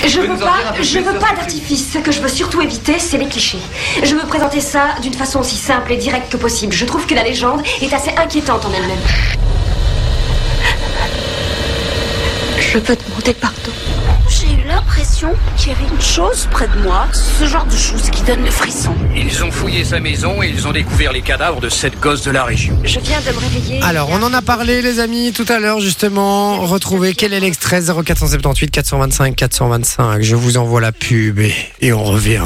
S7: Je veux pas, je veux pas d'artifice. Ce que je veux surtout éviter, c'est les clichés. Je veux présenter ça d'une façon aussi simple et directe que possible. Je trouve que la légende est assez inquiétante en elle-même. Je peux te demander pardon.
S8: J'ai eu l'impression qu'il y avait une chose près de moi, ce genre de chose qui donne le frisson.
S10: Ils ont fouillé sa maison et ils ont découvert les cadavres de sept gosses de la région.
S7: Je viens de me réveiller.
S2: Alors, on en a parlé, les amis, tout à l'heure, justement. Retrouvez quel est l'extrait 0478 425 425. Je vous envoie la pub et, et on revient.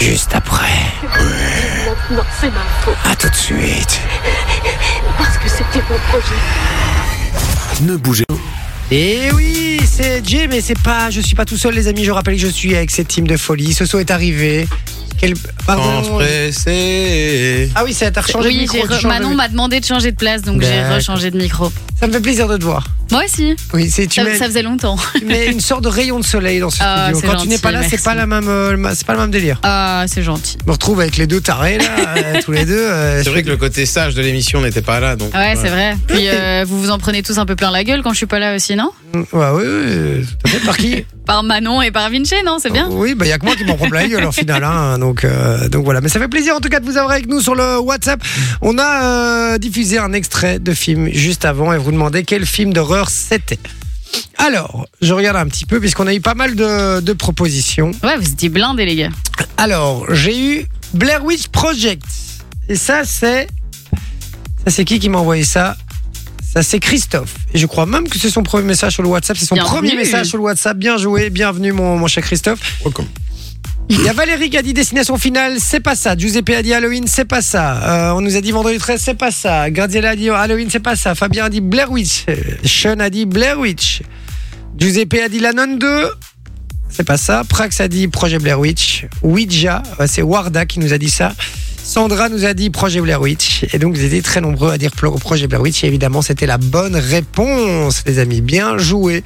S2: Juste après.
S7: Maintenant, c'est ma faute
S2: À tout de suite.
S7: parce que c'était mon projet.
S11: Ne bougez
S2: Et Eh oui, c'est Jay, mais c'est pas. Je suis pas tout seul, les amis. Je rappelle que je suis avec cette team de folie. Soso est arrivé. Quel.
S1: Pense
S2: Pardon.
S1: pressé.
S2: Ah oui, ça t'a rechangé le
S5: Oui,
S2: micro,
S5: j'ai
S2: tu
S5: re-
S2: changes le
S5: Manon
S2: micro.
S5: m'a demandé de changer de place, donc j'ai
S2: D'accord.
S5: rechangé de micro.
S2: Ça me fait plaisir de te voir.
S5: Moi aussi.
S2: Oui, c'est tu
S5: Ça,
S2: mets,
S5: ça faisait <laughs> longtemps.
S2: tu mets une sorte de rayon de soleil dans ce
S5: Ah,
S2: studio.
S5: c'est
S2: Quand tu n'es pas
S5: gentil,
S2: là, c'est
S5: merci.
S2: pas la même, euh, c'est pas le même délire.
S5: Ah, c'est gentil.
S2: Je me retrouve avec les deux tarés là, euh, tous les deux. euh,
S1: C'est vrai que le côté sage de l'émission n'était pas là. Donc,
S5: Ouais, c'est
S1: voilà.
S5: vrai. Puis euh, vous vous en prenez tous un peu plein la gueule quand je suis pas là aussi, non
S2: Ouais, oui, oui, tout à fait. Par qui
S5: Par Manon et par Vinci, non C'est bien
S2: Oui, bah il y a que moi qui m'en prends plein la gueule en finale, hein, donc euh, donc voilà. Mais ça fait plaisir en tout cas de vous avoir avec nous sur le WhatsApp. On a euh, diffusé un extrait de film juste avant et vous demandez quel film d'horreur c'était. Alors, je regarde un petit peu puisqu'on a eu pas mal de, de propositions.
S5: Ouais, vous étiez blindés, les gars.
S2: Alors, j'ai eu Blair Witch Project et ça c'est ça c'est qui qui m'a envoyé ça ça c'est Christophe. Et je crois même que c'est son premier message sur le WhatsApp. C'est son
S5: Bienvenue.
S2: premier message sur le WhatsApp. Bien joué, bienvenue mon, mon cher Christophe.
S1: Welcome.
S2: Il y a Valérie qui a dit destination finale, c'est pas ça. Giuseppe a dit Halloween, c'est pas ça. Euh, on nous a dit vendredi 13, c'est pas ça. Graziella a dit Halloween, c'est pas ça. Fabien a dit Blair Witch. Euh, Sean a dit Blair Witch. Giuseppe a dit La Nonne 2. C'est pas ça. Prax a dit Projet Blair Witch. Ouija, euh, c'est Warda qui nous a dit ça. Sandra nous a dit Projet Blair Witch. Et donc, vous étiez très nombreux à dire Pro- Projet Blair Witch. Et évidemment, c'était la bonne réponse, les amis. Bien joué.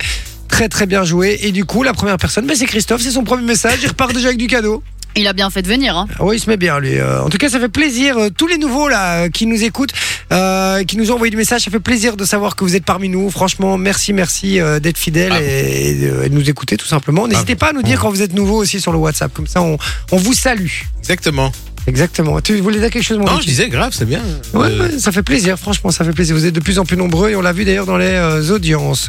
S2: Très, très bien joué. Et du coup, la première personne, ben, c'est Christophe. C'est son premier message. Il repart déjà avec du cadeau.
S5: Il a bien fait de venir, hein.
S2: Ah Oui, il se met bien, lui. Euh, en tout cas, ça fait plaisir. euh, tous les nouveaux là euh, qui nous écoutent, euh, qui nous ont envoyé du message, ça fait plaisir de savoir que vous êtes parmi nous. Franchement, merci, merci euh, d'être fidèles
S1: Ah.
S2: et, et de- et de nous écouter tout simplement. N'hésitez pas à nous
S1: Mmh.
S2: dire quand vous êtes nouveau aussi sur le WhatsApp. Comme ça, on, on vous salue.
S1: Exactement.
S2: Exactement. Tu voulais dire quelque chose, mon
S1: Non,
S2: Ricky
S1: je disais grave, c'est bien.
S2: Ouais,
S1: Euh,
S2: ouais, ça fait plaisir, franchement, ça fait plaisir. Vous êtes de plus en plus nombreux et on l'a vu d'ailleurs dans les euh, audiences.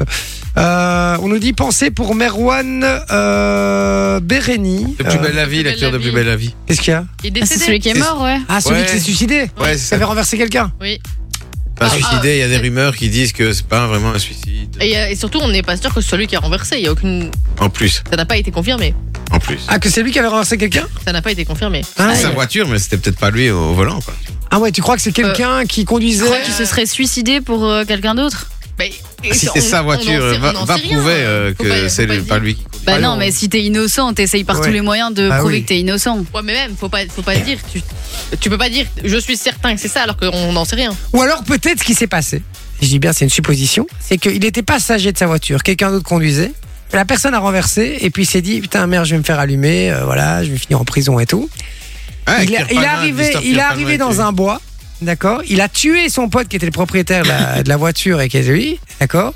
S2: Euh, on nous dit penser pour Merwan euh, Béréni.
S1: De
S2: Euh,
S1: plus belle la vie,
S3: De Plus
S1: l'acteur de
S3: Belle la
S1: plus
S3: Vie.
S1: belle la vie.
S2: Qu'est-ce qu'il y a
S3: Il est
S5: Ah, c'est
S3: décédé.
S5: celui qui est mort, ouais.
S2: Ah, celui
S1: Ouais.
S2: qui s'est suicidé
S1: Ouais, c'est
S2: Ça
S1: ça.
S2: avait renversé quelqu'un
S1: Pas
S3: Ah,
S1: suicidé. Il y a des
S3: ah,
S1: rumeurs qui disent que c'est pas vraiment un suicide.
S3: Et, euh, et surtout, on n'est pas sûr que ce soit lui qui a renversé. Il y a aucune...
S1: En plus,
S3: Ça n'a pas été confirmé.
S1: en plus.
S2: Ah, que c'est lui qui avait renversé quelqu'un
S3: Ça n'a pas été confirmé.
S2: ah,
S1: sa voiture, mais c'était peut-être pas lui au volant. Quoi.
S2: ouais, tu crois que c'est quelqu'un qui
S5: Je crois
S2: conduisait
S5: qu'il se serait suicidé pour euh, quelqu'un d'autre.
S3: Mais-
S1: Ah, Si
S3: Bah, on-
S1: c'est sa
S3: on en
S1: voiture,
S3: sait-
S1: va,
S3: on en
S1: va
S3: sait rien. hein.
S1: prouver euh,
S3: Faut
S1: que
S3: faut
S1: c'est
S3: le
S1: lui- pas
S3: dire.
S1: lui qui conduit.
S5: Bah
S2: Ah
S5: non,
S2: non.
S5: mais si t'es innocent, t'essayes par
S2: Ouais.
S5: tous les moyens de
S2: Ah
S5: prouver
S2: oui.
S5: que t'es innocent.
S3: Ouais, mais même, faut pas, faut pas dire. Tu, tu peux pas dire, je suis certain que c'est ça, alors qu'on n'en sait rien.
S2: Ou alors peut-être ce qui s'est passé, je dis bien c'est une supposition, c'est qu'il était passager de sa voiture, quelqu'un d'autre conduisait, la personne a renversé et puis il s'est dit putain merde je vais me faire allumer, euh, voilà, je vais finir en prison et tout.
S1: Ah,
S2: il,
S1: Pierre
S2: a- il est
S1: Palin,
S2: arrivé,
S1: Mr.
S2: il est
S1: Pierre
S2: arrivé
S1: Palin,
S2: dans un bois, d'accord Il a tué son pote qui était le propriétaire de la, de la voiture et qui est lui, d'accord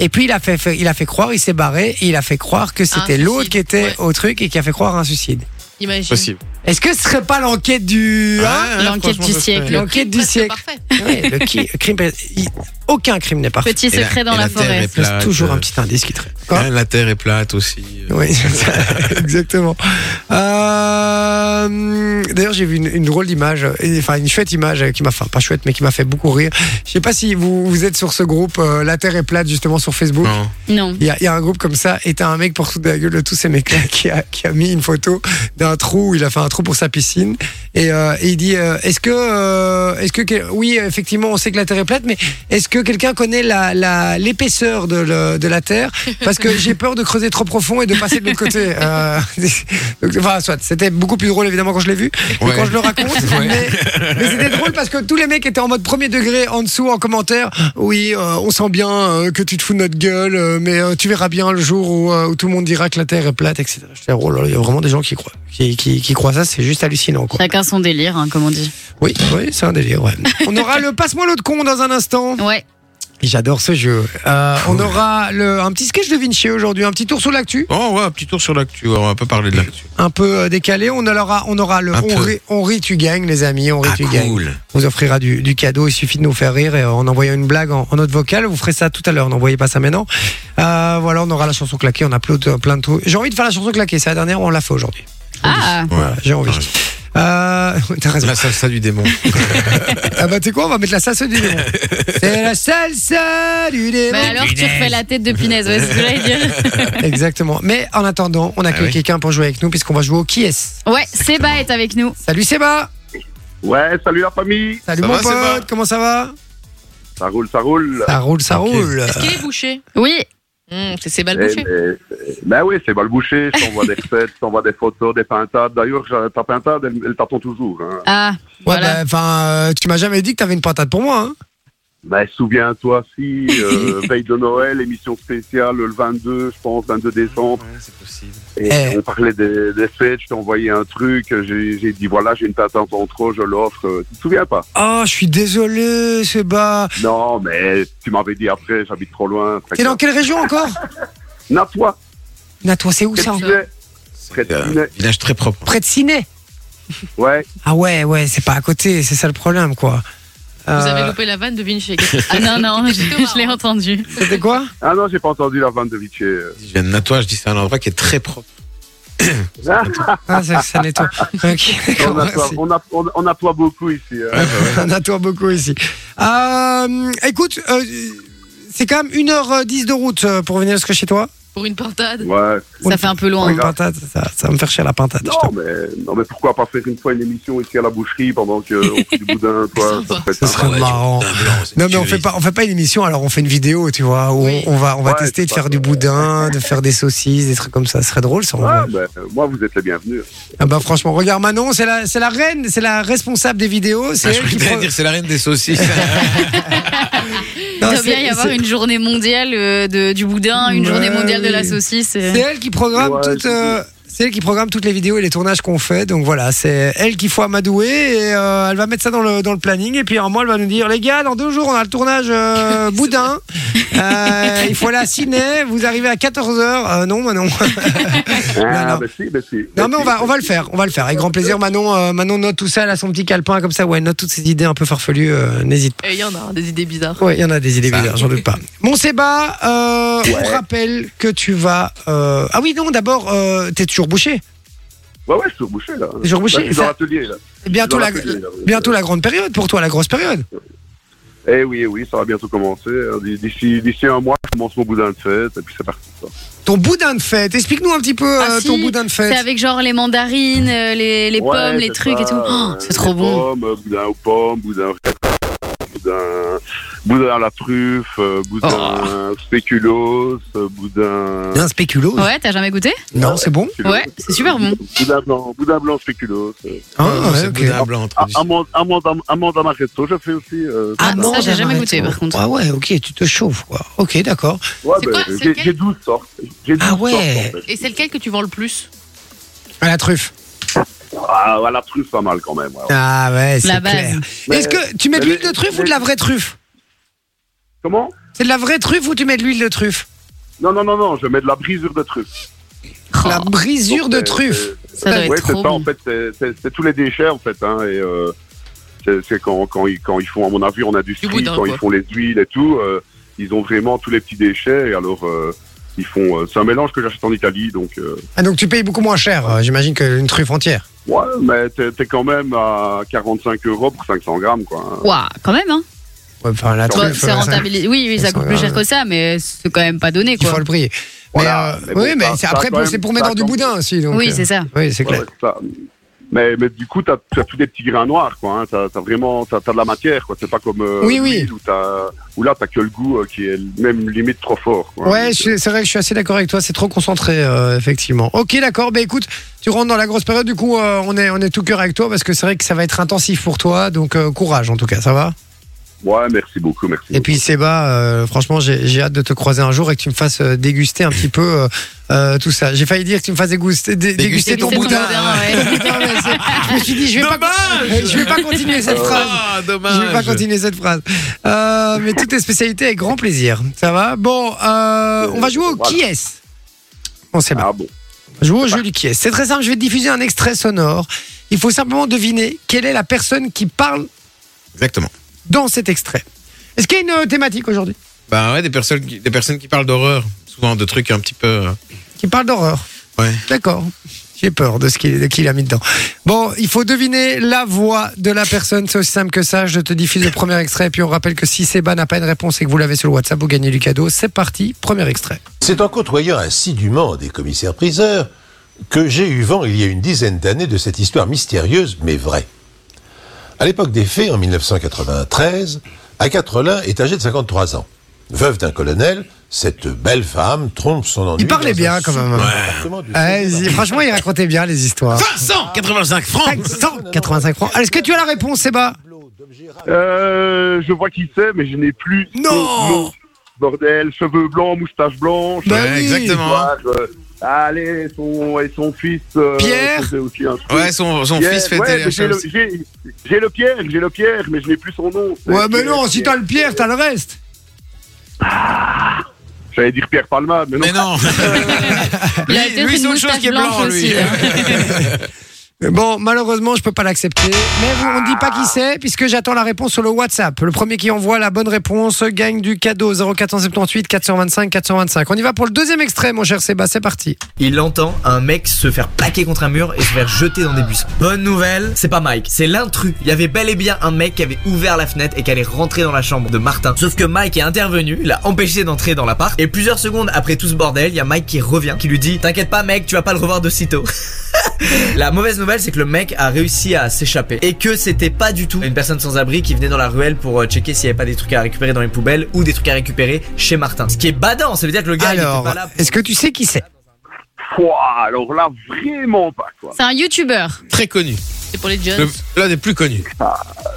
S2: et puis il a fait, fait- il a fait croire, il s'est barré, et il a fait croire que c'était
S3: suicide,
S2: l'autre qui était
S3: ouais.
S2: au truc et qui a fait croire à un suicide.
S3: Imagine.
S1: Possible.
S2: Est-ce que ce serait pas l'enquête du. hein,
S5: Ah, ouais, L'enquête franchement, du ça serait- siècle. Le
S2: L'enquête
S5: crime
S2: du
S5: presque
S2: siècle.
S3: parfait.
S2: Ouais, le qui- le crime, il- aucun crime n'est parfait.
S5: Petit secret dans la, forêt.
S2: Il reste toujours un petit indice qui traîne.
S1: Ouais, euh, hein, La terre est plate aussi. euh.
S2: Oui, <laughs> exactement. Euh, D'ailleurs, j'ai vu une, une drôle d'image, et- enfin une chouette image euh, qui m'a, enfin pas chouette, mais qui m'a fait beaucoup rire. Je sais pas si vous, vous êtes sur ce groupe euh, La Terre est plate justement sur Facebook.
S1: Non.
S5: Non.
S2: Il y, a, il y a un groupe comme ça, et t'as un mec pour toute la gueule de tous ces mecs-là <laughs> qui a, qui a mis une photo d'un trou, où il a fait un trou pour sa piscine, et, euh, et il dit euh, Est-ce que. euh, est-ce que quel- oui, effectivement, on sait que la Terre est plate, mais est-ce que quelqu'un connaît la- la- l'épaisseur de, le- de la Terre Parce que j'ai peur de creuser trop profond et de passer de l'autre côté. Euh, <laughs> donc, enfin, soit. C'était beaucoup plus drôle, évidemment, quand je l'ai vu, mais
S1: Ouais.
S2: quand je le raconte.
S1: Ouais.
S2: mais- mais c'était drôle parce que tous les mecs étaient en mode premier degré en dessous en commentaire. Oui, euh, on sent bien euh, que tu te fous de notre gueule, euh, mais euh, tu verras bien le jour où, euh, où tout le monde dira que la Terre est plate, etc. Je fais, oh là là, il y a vraiment des gens qui croient, qui, qui, qui croient ça, c'est juste hallucinant, quoi.
S5: Chacun son délire, hein, comme on dit.
S2: Oui, oui, c'est un délire, ouais. On aura le passe-moi l'autre con dans un instant.
S5: Ouais.
S2: J'adore ce jeu. Euh, on aura le, un petit sketch de Vinci aujourd'hui, un petit tour sur l'actu,
S1: Oh ouais, un petit tour sur l'actu. On va pas parler de l'actu.
S2: un peu euh, décalé. On aura, on aura le
S1: Un
S2: on
S1: peu. Ah,
S2: rit, on rit, tu gagnes, les amis, on rit, tu gagnes.
S1: cool.
S2: On vous offrira du, du cadeau. Il suffit de nous faire rire et, euh, en envoyant une blague en, en note vocale. Vous ferez ça tout à l'heure. N'envoyez pas ça maintenant. Euh, voilà, on aura la chanson claquée. On a plein de, plein de trucs. J'ai envie de faire la chanson claquée. C'est la dernière. On l'a fait aujourd'hui.
S5: Ah,
S2: Voilà, j'ai envie. Euh, <laughs> T'as raison.
S1: La salsa
S2: <laughs>
S1: du démon.
S2: Ah bah, tu sais quoi On va mettre la salsa du
S1: <laughs>
S2: démon. C'est la salsa du démon.
S5: bah alors tu refais la tête de punaise, ouais, c'est ce que j'allais
S2: <laughs>
S5: dire.
S2: Exactement. Mais en attendant, on accueille
S1: Ah oui.
S2: quelqu'un pour jouer avec nous puisqu'on va jouer au qui est.
S5: Ouais, Seba est avec nous.
S2: Salut Seba.
S12: Ouais, salut la famille.
S2: Salut
S1: Ça
S2: mon
S1: va,
S2: pote.
S1: Seba
S2: Comment ça va
S12: Ça roule, ça roule.
S2: Ça roule, ça roule.
S3: Est-ce qu'il est bouché
S5: Oui,
S3: Hum, C'est ses balles
S12: Eh,
S3: bouchées.
S12: mais- ben oui, c'est mal bouché. Je t'envoie des recettes, je t'envoie des photos, des pintades. D'ailleurs, je- ta pintade, elle, elle t'attend toujours. Hein.
S5: ah,
S2: Ouais, bah,
S5: voilà.
S2: enfin, euh, tu m'as jamais dit que t'avais une pintade pour moi. Hein
S12: Ben, souviens-toi, si, euh, veille de Noël, émission spéciale le 22, je pense, 22 décembre.
S1: c'est possible.
S12: Et
S2: Eh.
S12: on parlait des, des fêtes, je t'ai envoyé un truc. J'ai j'ai dit, voilà, j'ai une pintade en trop, je l'offre. Euh, Tu te souviens pas
S2: Oh, je suis désolé, Seba.
S12: Non, mais tu m'avais dit après, j'habite trop loin.
S2: T'es dans quelle région <laughs> encore
S12: Natois,
S2: Natoi, c'est où
S12: qu'est-ce
S2: ça
S12: que tu es Près de
S1: Un
S12: Sinet.
S1: village très propre.
S2: Près de Ciné.
S12: Ouais,
S2: Ah ouais, ouais, c'est pas à côté, c'est ça le problème, quoi. Euh,
S3: Vous avez loupé la vanne
S2: <laughs>
S3: de Vinci.
S5: Ah non, <laughs> non, je,
S3: C'était marrant.
S5: je l'ai entendu.
S2: C'était quoi
S12: ah non, j'ai pas entendu la vanne de
S2: <laughs>
S12: Vichy. euh.
S1: Je viens de Natois, je dis c'est un endroit qui est très propre.
S2: Ah, ça, ça nettoie. Ok,
S12: On a, toi,
S2: merci.
S12: on, a, on, on a toi beaucoup ici. hein.
S2: <laughs> On a toi beaucoup ici. Euh, écoute, euh, c'est quand même 1h10 de route euh, pour venir jusque chez toi.
S3: Pour une pintade.
S12: Ouais.
S5: Ça fait un peu loin.
S2: Une pintade, ça, ça va me faire chier la pintade. je
S12: Non mais, non, mais pourquoi pas faire une fois une émission ici à la boucherie
S2: <laughs>
S12: pendant qu'on fait du boudin, toi
S3: Sympa.
S12: serait
S2: Ce serait
S12: sympa.
S2: marrant. Non mais on
S1: Ah,
S2: fait pas on fait pas une émission alors on fait une vidéo tu vois où
S3: Oui.
S2: on on va on va
S12: Ouais,
S2: tester de
S12: c'est
S2: faire
S12: pas-
S2: du boudin de faire des saucisses des trucs comme ça ce serait drôle ça en vrai.
S12: Ouais, ben, moi, vous êtes les bienvenus.
S2: ah bah franchement regarde Manon c'est la c'est la reine c'est la responsable des vidéos c'est
S1: Ah, je
S2: elle qui
S1: voulais
S2: prend-
S1: dire c'est la reine
S2: <laughs>
S1: des saucisses.
S2: Ah, Non,
S5: Il doit
S2: Ah, c'est-
S5: bien y avoir
S2: c'est-
S5: une journée mondiale euh, de, du boudin, une
S2: Ouais,
S5: journée mondiale de la
S2: oui.
S5: saucisse. euh. et-
S2: c'est elle qui programme
S12: Ouais,
S2: toutes
S12: c'est
S2: euh, c'est elle qui programme toutes les vidéos et les tournages qu'on fait donc voilà c'est elle qu'il faut amadouer et euh, elle va mettre ça dans le dans le planning et puis un mois elle va nous dire les gars dans deux jours on a le tournage
S5: <laughs>
S2: euh, boudin Euh, il faut aller à Ciné vous arrivez à 14h non Manon
S12: Ah,
S2: non.
S12: ben si, ben si.
S2: Non
S12: Ben
S2: mais on
S12: si.
S2: va, on va le faire, on va le faire avec grand plaisir. Manon, euh, Manon note tout ça, elle a son petit calepin comme ça, ouais, elle note toutes ces idées un peu farfelues, euh, n'hésite
S3: Et Il y en a hein, des idées bizarres.
S2: pas. Ouais, il y en a des idées bizarres, j'en doute pas. Mon Séba, euh, on rappelle que tu vas. euh, Ah oui, non, d'abord, euh, t'es toujours bouché.
S12: Ouais, ouais, je suis sur boucher là.
S2: Sur boucher,
S12: Là, je suis dans
S2: ça-
S12: l'atelier là.
S2: Et Bientôt
S12: Dans
S2: la,
S12: l'atelier, là, oui.
S2: bientôt la grande période pour toi, la grosse période.
S12: Eh oui, eh oui, ça va bientôt commencer. hein. D'ici d'ici un mois, je commence mon boudin de fête et puis c'est parti. quoi.
S2: Ton boudin de fête, explique-nous un petit peu
S5: Ah
S2: euh,
S5: si,
S2: ton boudin de
S5: C'est
S2: fête.
S5: avec genre les mandarines, euh, les, les
S12: Ouais,
S5: pommes, les
S12: c'est
S5: trucs
S12: ça,
S5: et tout. Oh,
S12: euh,
S5: c'est trop
S12: les
S5: bon.
S12: pommes, euh, boudin aux pommes, boudin au riz, boudin, boudin à la truffe, euh, boudin
S5: Oh.
S12: au spéculoos, euh, boudin.
S2: Un spéculo
S5: Ouais, t'as jamais goûté
S2: Non, c'est bon.
S12: spéculoos, euh,
S5: Ouais, c'est super bon.
S12: Boudin blanc, boudin blanc spéculoos. euh,
S2: Ah,
S1: Ah,
S2: ouais,
S1: c'est
S2: ok. Ah,
S1: boudin blanc.
S12: a-
S1: introduit.
S12: Amande, amande, am- amande amaretto, je fais aussi. euh,
S5: Ah,
S12: ça.
S5: non,
S2: Amande
S5: j'ai jamais goûté,
S2: amaretto.
S5: par contre.
S2: Ah ouais, ok, tu te chauffes quoi. Ok, d'accord.
S12: Ouais,
S3: c'est
S12: ben,
S3: quoi, c'est
S12: j'ai-
S3: lequel
S12: J'ai 12 sortes. J'ai 12
S2: Ah ouais.
S12: sortes, en fait.
S3: Et c'est lequel que tu vends le plus
S2: À la truffe.
S12: Ah, ouais, la truffe, pas mal quand même. ouais, ouais.
S2: Ah ouais, c'est
S5: La base.
S2: clair.
S12: Mais-
S2: Est-ce que tu mets de
S12: mais
S2: l'huile de
S12: les-
S2: truffe ou de
S12: les-
S2: la vraie truffe
S12: Comment
S2: C'est de la vraie truffe ou tu mets de l'huile de truffe
S12: Non, non, non, non, je mets de la brisure de truffe.
S5: Oh.
S2: La brisure
S12: euh,
S2: de truffe. Ça doit être
S12: ouais,
S2: trop
S12: c'est
S2: bon.
S12: ça, en fait, c'est- c'est c'est tous les déchets, en fait. Hein, et euh, c'est c'est quand, quand, ils, quand ils font, à mon avis, en industrie,
S13: Du boudin,
S12: quand
S13: quoi.
S12: ils font les huiles et tout, euh, ils ont vraiment tous les petits déchets. Et alors, euh, ils font. euh, c'est un mélange que j'achète en Italie, donc. euh,
S2: Ah, donc tu payes beaucoup moins cher, euh, j'imagine, qu'une truffe entière.
S12: ouais, mais t'es t'es quand même à 45 euros pour 500 grammes, quoi.
S5: Waouh, quand même, hein.
S2: Ouais, Enfin, la
S5: Bon,
S2: truffe.
S5: c'est
S2: euh, ça-
S5: rentabilisé. Oui, oui, ça coûte plus cher que ça, mais c'est quand même pas donné, quoi. Il faut
S2: le prix.
S12: Voilà,
S2: Mais, euh, oui,
S12: bon,
S2: mais
S12: ça-
S2: c'est
S12: ça
S2: après,
S12: quand
S2: c'est
S12: même-
S2: pour mettre
S12: ça
S2: dans du
S12: quand-
S2: boudin aussi. donc,
S5: Oui,
S2: euh,
S5: c'est ça.
S2: Oui, c'est
S12: Ouais,
S2: clair.
S12: ouais, ça. Mais, mais du coup, t'as as tous des petits grains noirs, quoi. Hein. T'as t'as vraiment, t'as t'as de la matière, quoi. C'est pas comme euh,
S2: Oui, oui.
S12: l'huile Où, t'as- où là, t'as que le goût euh, qui est même limite trop fort. Quoi. euh,
S2: Ouais, je suis- c'est vrai que je suis assez d'accord avec toi, c'est trop concentré, euh, effectivement. Ok, d'accord, bah écoute, tu rentres dans la grosse période, du coup, euh, on, est, on est tout cœur avec toi parce que c'est vrai que ça va être intensif pour toi, donc euh, courage en tout cas, ça va
S12: Ouais, merci beaucoup, merci.
S2: Et puis Seba, euh, franchement, j'ai j'ai hâte de te croiser un jour et que tu me fasses euh, déguster un petit peu euh, euh, tout ça. J'ai failli dire que tu me fasses déguster, dé- déguster, ton boudin. <laughs> Putain, mais c'est- je me suis dit, je vais pas-
S1: Dommage
S2: je vais pas continuer cette phrase.
S1: Ah, dommage.
S2: Je vais pas continuer cette phrase. Euh, mais toutes tes spécialités avec grand plaisir. Ça va Bon, euh, on va jouer au qui est On sait
S12: Ah,
S2: pas. Jouer au jeu du qui est C'est très simple, je vais te diffuser un extrait sonore. Il faut simplement deviner quelle est la personne qui parle
S1: Exactement.
S2: dans cet extrait. Est-ce qu'il y a une euh, thématique aujourd'hui
S1: Bah ouais, des personnes, qui- des personnes qui parlent d'horreur, souvent de trucs un petit peu. euh,
S2: Qui parle d'horreur
S1: Ouais.
S2: D'accord. J'ai peur de ce qu'il de qui il a mis dedans. Bon, il faut deviner la voix de la personne. C'est aussi simple que ça. Je te diffuse le premier extrait. Puis on rappelle que si Seba n'a pas une réponse et que vous l'avez sur le WhatsApp, vous gagnez du cadeau. C'est parti. Premier extrait.
S14: C'est en côtoyant assidûment des commissaires-priseurs que j'ai eu vent il y a une dizaine d'années de cette histoire mystérieuse mais vraie. À l'époque des faits, en 1993, Agathe-Relin est âgée de 53 ans. Veuve d'un colonel, cette belle femme trompe son ennui.
S2: Il parlait
S14: dans
S2: bien
S14: un
S2: quand même.
S14: super-
S2: Ouais, il- franch85 franchement, il racontait bien les histoires.
S1: 585 francs
S2: 585 francs. Est-ce que tu as la réponse, Seba
S12: Euh, je vois qui c'est, mais je n'ai plus.
S2: Non Ben,
S12: son nom. Bordel, cheveux blancs, moustache blanche.
S1: Bah Ouais, oui. exactement.
S12: Voilà, je- Allez, son, et son fils. euh,
S1: Pierre
S12: faisait aussi un truc.
S1: Ouais, son- son
S12: Pierre,
S1: fils fait
S12: ouais,
S1: des-
S12: mais J'ai le,
S1: chose.
S12: j'ai- j'ai le Pierre, j'ai le Pierre, mais je n'ai plus son nom. C'est
S2: Ouais, mais
S12: Pierre,
S2: non, si
S12: Pierre.
S2: t'as le Pierre, t'as le reste.
S12: J'allais dire Pierre Palma, mais non. Mais non.
S5: Il a
S1: Lui-
S5: peut-être
S1: lui,
S5: une
S1: c'est autre chose
S5: moustache
S1: qui est
S5: blanche
S1: blanc, lui.
S5: aussi.
S2: <laughs> Bon, malheureusement, je peux pas l'accepter. Mais vous, on ne dit pas qui c'est, puisque j'attends la réponse sur le WhatsApp. Le premier qui envoie la bonne réponse gagne du cadeau 0478 425 425. On y va pour le deuxième extrait, mon cher Seba, c'est parti.
S15: Il entend un mec se faire plaquer contre un mur et se faire jeter dans des buissons. Bonne nouvelle, c'est pas Mike, c'est l'intrus. Il y avait bel et bien un mec qui avait ouvert la fenêtre et qui allait rentrer dans la chambre de Martin. Sauf que Mike est intervenu, il a empêché d'entrer dans l'appart. Et plusieurs secondes après tout ce bordel, il y a Mike qui revient, qui lui dit T'inquiète pas mec, tu vas pas le revoir de sitôt. <laughs> La mauvaise nouvelle, c'est que le mec a réussi à s'échapper et que c'était pas du tout une personne sans abri qui venait dans la ruelle pour euh, checker s'il y avait pas des trucs à récupérer dans les poubelles ou des trucs à récupérer chez Martin. Ce qui est badant, ça veut dire que le gars il était
S2: Alors,
S15: pas là.
S2: est-ce que tu sais qui c'est
S12: Pouah, alors là, vraiment pas, quoi.
S5: C'est un youtubeur.
S1: <laughs> Très connu.
S3: C'est pour les jeunes.
S1: Le- L'un des plus connus.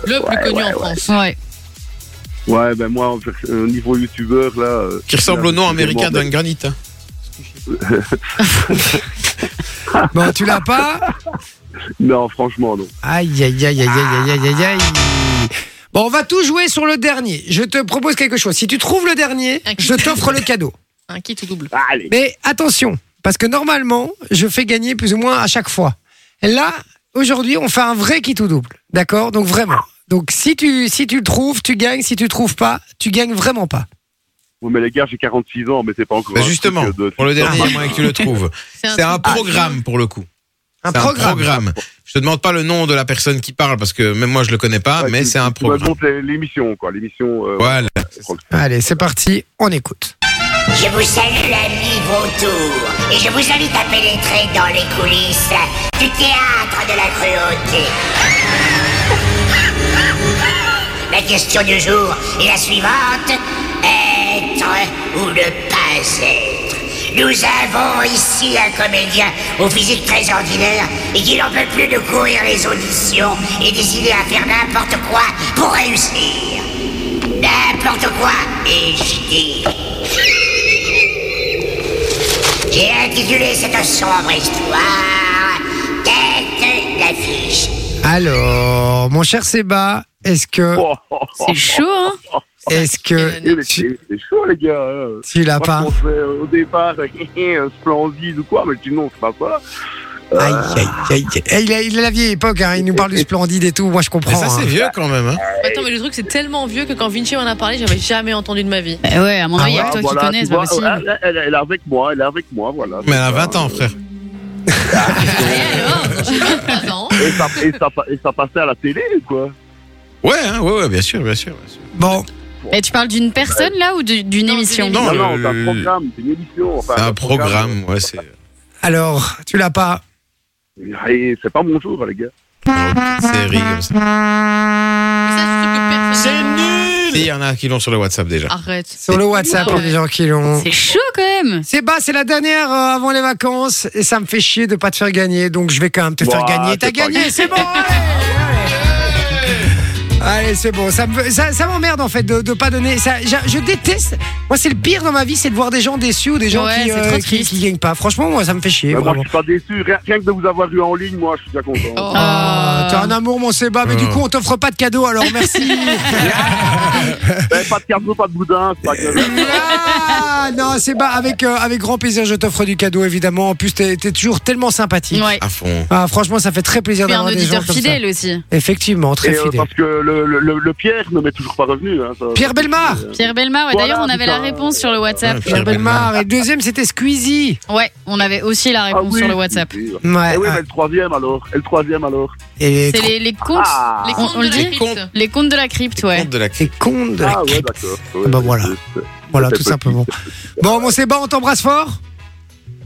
S3: Le plus
S12: Ouais,
S3: connu
S12: ouais,
S3: en
S12: ouais.
S3: France.
S5: Ouais.
S12: Ouais, ben moi, en fait, euh, niveau youtubeur, là. euh,
S1: Qui ressemble au nom
S12: là,
S1: américain d'un
S12: vraiment,
S1: granit. hein.
S2: Bon, tu l'as pas
S12: Non, franchement, non.
S2: Aïe, aïe, aïe, aïe, aïe, aïe, aïe, aïe. Bon, on va tout jouer sur le dernier. Je te propose quelque chose. Si tu trouves le dernier, je t'offre le cadeau.
S3: Un kit ou double.
S2: Mais attention, parce que normalement, je fais gagner plus ou moins à chaque fois. Là, aujourd'hui, on fait un vrai kit ou double. D'accord Donc vraiment. Donc si tu, si tu le trouves, tu gagnes. Si tu le trouves pas, tu gagnes vraiment pas.
S12: Ouais, mais les gars, j'ai 46 ans, mais c'est pas encore.
S1: Bah
S12: un
S1: justement,
S12: truc de-
S1: pour le dernier,
S12: Ah.
S1: à moins que tu le
S2: <laughs>
S1: trouves.
S12: C'est un
S1: C'est un
S12: truc-
S1: programme pour le coup.
S2: Un
S1: C'est
S2: programme.
S1: programme. Je te demande pas le nom de la personne qui parle parce que même moi je le connais pas, mais c'est un
S12: Ah, Tu me
S1: programme.
S12: montres l'émission, quoi. L'émission. euh,
S1: Voilà.
S2: Allez, c'est parti. On écoute.
S16: Je vous salue amis vautours et je vous invite à pénétrer dans les coulisses du théâtre de la cruauté. La question du jour est la suivante. Être ou ne pas être Nous avons ici un comédien au physique très ordinaire et qui n'en peut plus de courir les auditions et décidé à faire n'importe
S1: Bah,
S16: quoi pour réussir. N'importe quoi, et je dis. J'ai intitulé cette sombre histoire Tête d'affiche.
S2: Alors, mon cher Séba, est-ce que.
S12: <laughs>
S5: C'est chaud, hein
S2: Est-ce que.
S12: Eh, mais C'est c'est chaud, les gars. hein.
S2: Tu l'as
S12: Moi,
S2: pas.
S12: Je pensais au départ, <laughs> euh, splendide ou quoi, mais tu dis non, c'est pas ça. Euh,
S2: Aïe, aïe, aïe. Eh, il, a, il a la vieille époque, hein, il nous parle du splendide et tout. Moi, je comprends.
S1: ça, c'est
S2: hein.
S1: vieux quand même. Hein.
S3: Ah, Attends, mais le truc, c'est tellement vieux que quand Vinci m'en a parlé, j'avais jamais entendu de ma vie.
S5: Eh ouais, à mon avis, il y a
S12: ah,
S5: que toi
S12: voilà,
S5: qui connais,
S12: tu
S5: c'est pas
S12: vois,
S5: possible.
S12: elle- elle, elle est avec moi, elle est avec moi, voilà. Euh,
S1: Mais elle a 20 ans, frère.
S3: Ah,
S12: Et ça, et ça, pa- et ça passait à la télé, quoi.
S1: Ouais, hein, ouais, ouais, bien sûr, bien sûr. bien sûr.
S2: hein. Bon,
S5: Mais Eh, tu parles d'une personne là ou du- d'une émission
S1: Non,
S12: non,
S1: le-
S12: c'est un programme, c'est une émission. enfin,
S1: C'est un programme, ouais, c'est. euh,
S2: alors, tu l'as pas.
S12: Et C'est pas mon jour, les gars.
S1: série comme ça.
S2: <laughs>
S3: C'est
S1: Si, Il y en a qui l'ont sur le WhatsApp déjà.
S3: Arrête. Ah
S2: Sur le WhatsApp,
S3: Ouais.
S2: il y a des gens qui l'ont.
S5: C'est chaud quand même.
S2: C'est bas, c'est la dernière euh, avant les vacances et ça me fait chier de pas te faire gagner, donc je vais quand même te faire
S12: Ouah,
S2: gagner.
S12: c'est
S2: T'as
S12: pas
S2: gagné,
S12: grave.
S2: c'est bon. allez, allez. Allez, c'est bon. Ça me- ça- ça m'emmerde en fait de, de pas donner. Ça, j'a- je déteste. Moi, c'est le pire dans ma vie, c'est de voir des gens déçus ou des gens
S5: Ouais,
S2: qui, euh,
S5: c'est trop
S2: qui,
S5: triste.
S2: qui gagnent pas. Franchement, moi, ça me fait chier.
S12: Mais moi, je
S2: vraiment.
S12: suis pas déçu. Rien, rien que de vous avoir eu en ligne, moi, je suis déjà content.
S3: Oh.
S2: Ah, T'as un amour, mon Seba, mais du
S1: Oh.
S2: coup, on t'offre pas de cadeau, alors merci.
S12: Eh, pas de cardio, pas de boudin, c'est pas grave.
S2: Ah, non, Seba, avec, euh, avec grand plaisir, je t'offre du cadeau, évidemment. En plus, t'es t'es toujours tellement sympathique.
S5: Ouais.
S1: À fond.
S2: Ah, franchement, ça fait très plaisir
S5: Mais un
S2: d'avoir des gens
S5: auditeur
S2: comme
S5: fidèle aussi.
S2: ça. Effectivement, très
S12: Et, euh,
S2: fidèle.
S12: parce que le, le- le- le Pierre ne m'est toujours pas revenu. hein, ça-
S2: Pierre Belmar
S5: Pierre Belmar, ouais,
S12: Voilà,
S5: d'ailleurs on avait la
S12: putain.
S5: réponse sur le WhatsApp.
S1: Ouais,
S2: Pierre
S1: Pierre
S2: Belmar.
S1: Bellemare.
S2: Et le deuxième, c'était Squeezie.
S5: Ouais, on avait aussi la
S12: Ah
S5: réponse
S12: oui,
S5: sur le WhatsApp.
S12: oui, oui.
S2: Ouais.
S12: Eh oui,
S2: ah,
S12: mais le troisième alors. Et le troisième alors.
S2: Et
S5: C'est
S2: les
S5: les, les comptes,
S12: Ah.
S5: les
S3: Les
S5: comptes
S3: comptes
S5: on le
S3: de la
S5: dit,
S3: crypte.
S5: les comptes de la crypte, ouais.
S1: Compte de la
S2: les cons de la
S12: Ah ouais,
S2: crypte.
S12: d'accord.
S2: Ah
S12: Ouais,
S2: bah voilà.
S12: c'est-
S2: Voilà,
S12: c'est
S2: tout
S12: petit.
S2: simplement. Bon, mon Seba, on t'embrasse fort.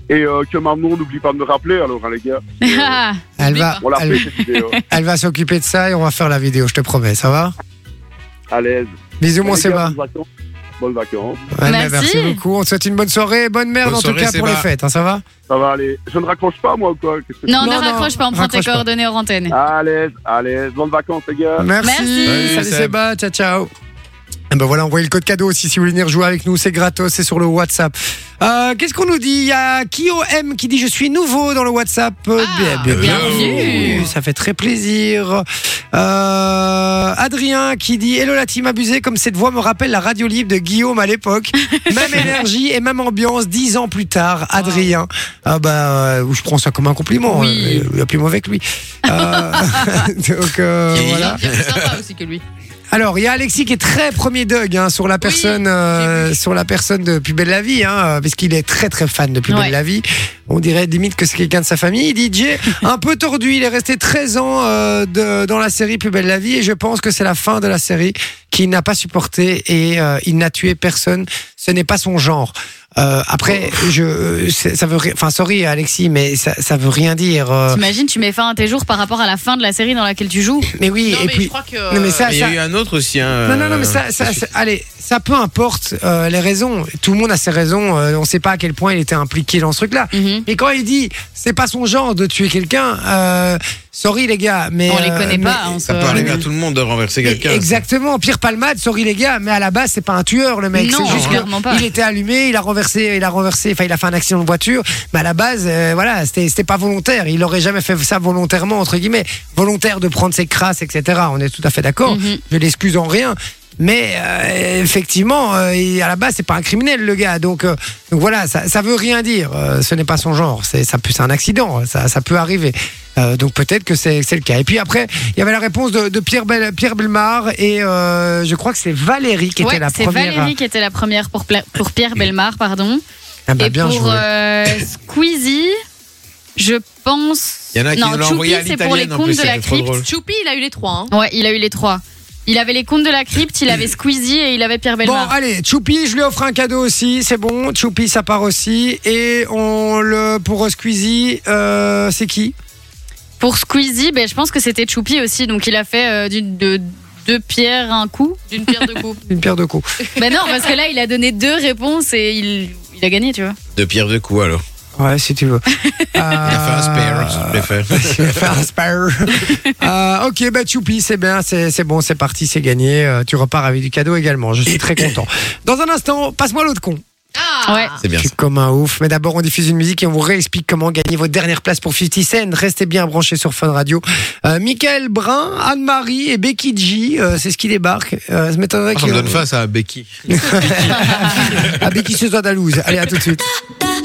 S12: Et euh, que maintenant, n'oublie pas de me rappeler alors, hein, les
S2: <laughs>
S12: gars.
S5: <laughs> Ah,
S2: Elle va,
S12: On l'a fait
S2: elle,
S12: cette vidéo.
S2: elle va s'occuper de ça et on va faire la vidéo, je te promets, ça va
S12: À l'aise.
S2: Bisous, mon
S12: Les gars,
S2: Seba.
S12: bonnes vacances. Bonnes vacances.
S2: Ouais,
S5: Merci.
S2: merci beaucoup. On te souhaite une bonne soirée et bonne merde
S1: Bonne
S2: en tout
S1: soirée,
S2: cas pour les
S1: Seba.
S2: fêtes, hein, ça va
S12: Ça va aller. Je ne raccroche pas, moi, ou quoi Qu'est-ce que-
S5: non,
S2: Non,
S5: ne
S2: non,
S5: raccroche pas, on prend tes
S2: raccroche pas.
S5: coordonnées hors antenne.
S12: À l'aise, à l'aise. Bonnes vacances, les gars.
S2: Merci.
S5: Merci.
S1: Salut,
S2: Salut
S1: Seb.
S2: Seba, ciao ciao. Et ben voilà, envoyez le code cadeau aussi si vous voulez venir jouer avec nous, c'est gratos, c'est sur le WhatsApp. Euh, Qu'est-ce qu'on nous dit Il y a Kio M qui dit je suis nouveau dans le WhatsApp. Euh, bien- bien-
S5: bienvenue.
S2: ça fait très plaisir. Euh, Adrien qui dit hello la team abusée, comme cette voix me rappelle la radio libre de Guillaume à l'époque. Même énergie et même ambiance dix ans plus tard. Adrien, ah bah euh, je prends ça comme un compliment.
S5: Oui.
S2: euh, Il y a plus mauvais que lui. Euh, <laughs> donc euh,
S1: Qui
S2: voilà.
S3: Il y a plus sympa aussi que lui.
S2: Alors, il y a Alexis qui est très premier Doug hein, sur la personne, euh, sur la personne de Plus belle la vie, hein, euh, parce qu'il est très très fan de Plus
S5: Ouais.
S2: belle la vie. On dirait limite que c'est quelqu'un de sa famille. Il dit
S3: <laughs>
S2: Jay, un peu tordu, il est resté 13 ans euh, de- dans la série Plus belle la vie, et je pense que c'est la fin de la série qu'il n'a pas supporté et euh, il n'a tué personne. Ce n'est pas son genre. Euh, après,
S3: Oh.
S2: je, euh, c'est- ça veut, ri- enfin, sorry Alexis, mais ça, ça veut rien dire. euh,
S5: T'imagines, tu mets fin à tes jours par rapport à la fin de la série dans laquelle tu joues.
S2: mais oui,
S3: Non,
S2: et
S3: mais
S2: puis.
S3: je crois que.
S2: Non, mais ça,
S1: Mais Il y
S2: ça-
S1: a eu un autre aussi. Hein,
S2: Non, non, non, mais ça,
S1: euh,
S2: ça, ça- allez, ça peu importe euh, les raisons. Tout le monde a ses raisons. euh, on sait pas à quel point il était impliqué dans ce truc-là.
S5: Mhm.
S2: Mais quand il dit, c'est pas son genre de tuer quelqu'un, euh, sorry les gars, mais.
S5: On les
S2: euh,
S5: connaît
S2: mais-
S5: pas, hein. on se-
S1: Ça peut arriver
S2: mais-
S1: à tout le monde de renverser quelqu'un.
S2: Exactement, Pierre Palmade, sorry les gars, mais à la base c'est pas un tueur le mec,
S5: Non,
S2: c'est juste
S5: clairement
S2: que
S5: pas.
S2: il était allumé, il a renversé, il a renversé, enfin il a fait un accident de voiture, mais à la base euh, voilà, c'était c'était pas volontaire, il aurait jamais fait ça volontairement entre guillemets, volontaire de prendre ses crasses etc. On est tout à fait d'accord,
S5: Mhm.
S2: je l'excuse en rien. Mais euh, effectivement, euh, il- à la base, c'est pas un criminel le gars, donc euh, donc voilà, ça, ça veut rien dire. euh, ce n'est pas son genre. C'est ça peut, c'est un accident. Ça, ça peut arriver. Euh, donc peut-être que c'est c'est le cas. Et puis après, il y avait la réponse de, de Pierre Bel, Pierre Belmar et euh, je crois que c'est Valérie qui était
S5: Ouais,
S2: la
S5: c'est
S2: première. hein.
S1: hein.
S5: Valérie qui était la première pour, Pla- pour Pierre Belmar, pardon.
S2: Ah bah,
S5: Et
S2: bien
S5: pour
S2: joué.
S1: <laughs>
S5: euh, Squeezie, je pense.
S1: Il y en a qui
S5: non,
S1: nous l'ont
S5: Choupi,
S1: envoyé à
S5: c'est pour les
S1: l'italienne en
S5: comptes
S1: plus.
S5: de la
S1: C'était trop
S5: crypte.
S1: drôle.
S3: Choupi, il a eu les trois. hein.
S5: Ouais, il a eu les trois. Il avait les comptes de la crypte, il avait Squeezie et il avait Pierre
S2: Bon,
S1: ah.
S5: Belmar.
S2: allez, Choupi, je lui offre un cadeau aussi. C'est bon, Choupi, ça part aussi. Et on le pour Squeezie, euh, c'est qui
S5: Pour Squeezie, ben, je pense que c'était Choupi aussi, donc il a fait euh, du- de deux pierres un coup.
S3: D'une pierre de coupe.
S2: Une pierre de coups.
S5: Ben non, parce que là, il a donné deux réponses et il, il a gagné, tu vois.
S1: De pierre de coups alors.
S2: Ouais, si tu veux.
S1: <laughs>
S2: Ah. Euh,
S1: Il a fait un spare, si
S2: <laughs>
S1: tu préfères.
S2: Je vais faire un
S1: <laughs>
S2: spare. Euh, ok, bah Choupi, c'est bien, c'est c'est bon, c'est parti,
S1: <laughs>
S2: c'est gagné. Euh, tu repars avec du cadeau également. Je suis très content. Dans un instant, passe-moi l'autre con.
S3: Ah
S5: Ouais.
S1: C'est bien
S2: Je suis comme un ouf. Mais d'abord, on diffuse une musique et on vous réexplique comment gagner vos dernières places pour 50 Cent. Restez bien branchés sur Fun Radio. Euh, Michael Brun, Anne-Marie et Becky G, euh, c'est ce qui débarque. Euh, ça m'étonnerait
S1: Ah,
S2: <laughs>
S1: Ça
S2: qu'il-
S1: me donne face à Becky.
S2: Ah, Becky, c'est toi, Dalouse. Allez, à tout de suite.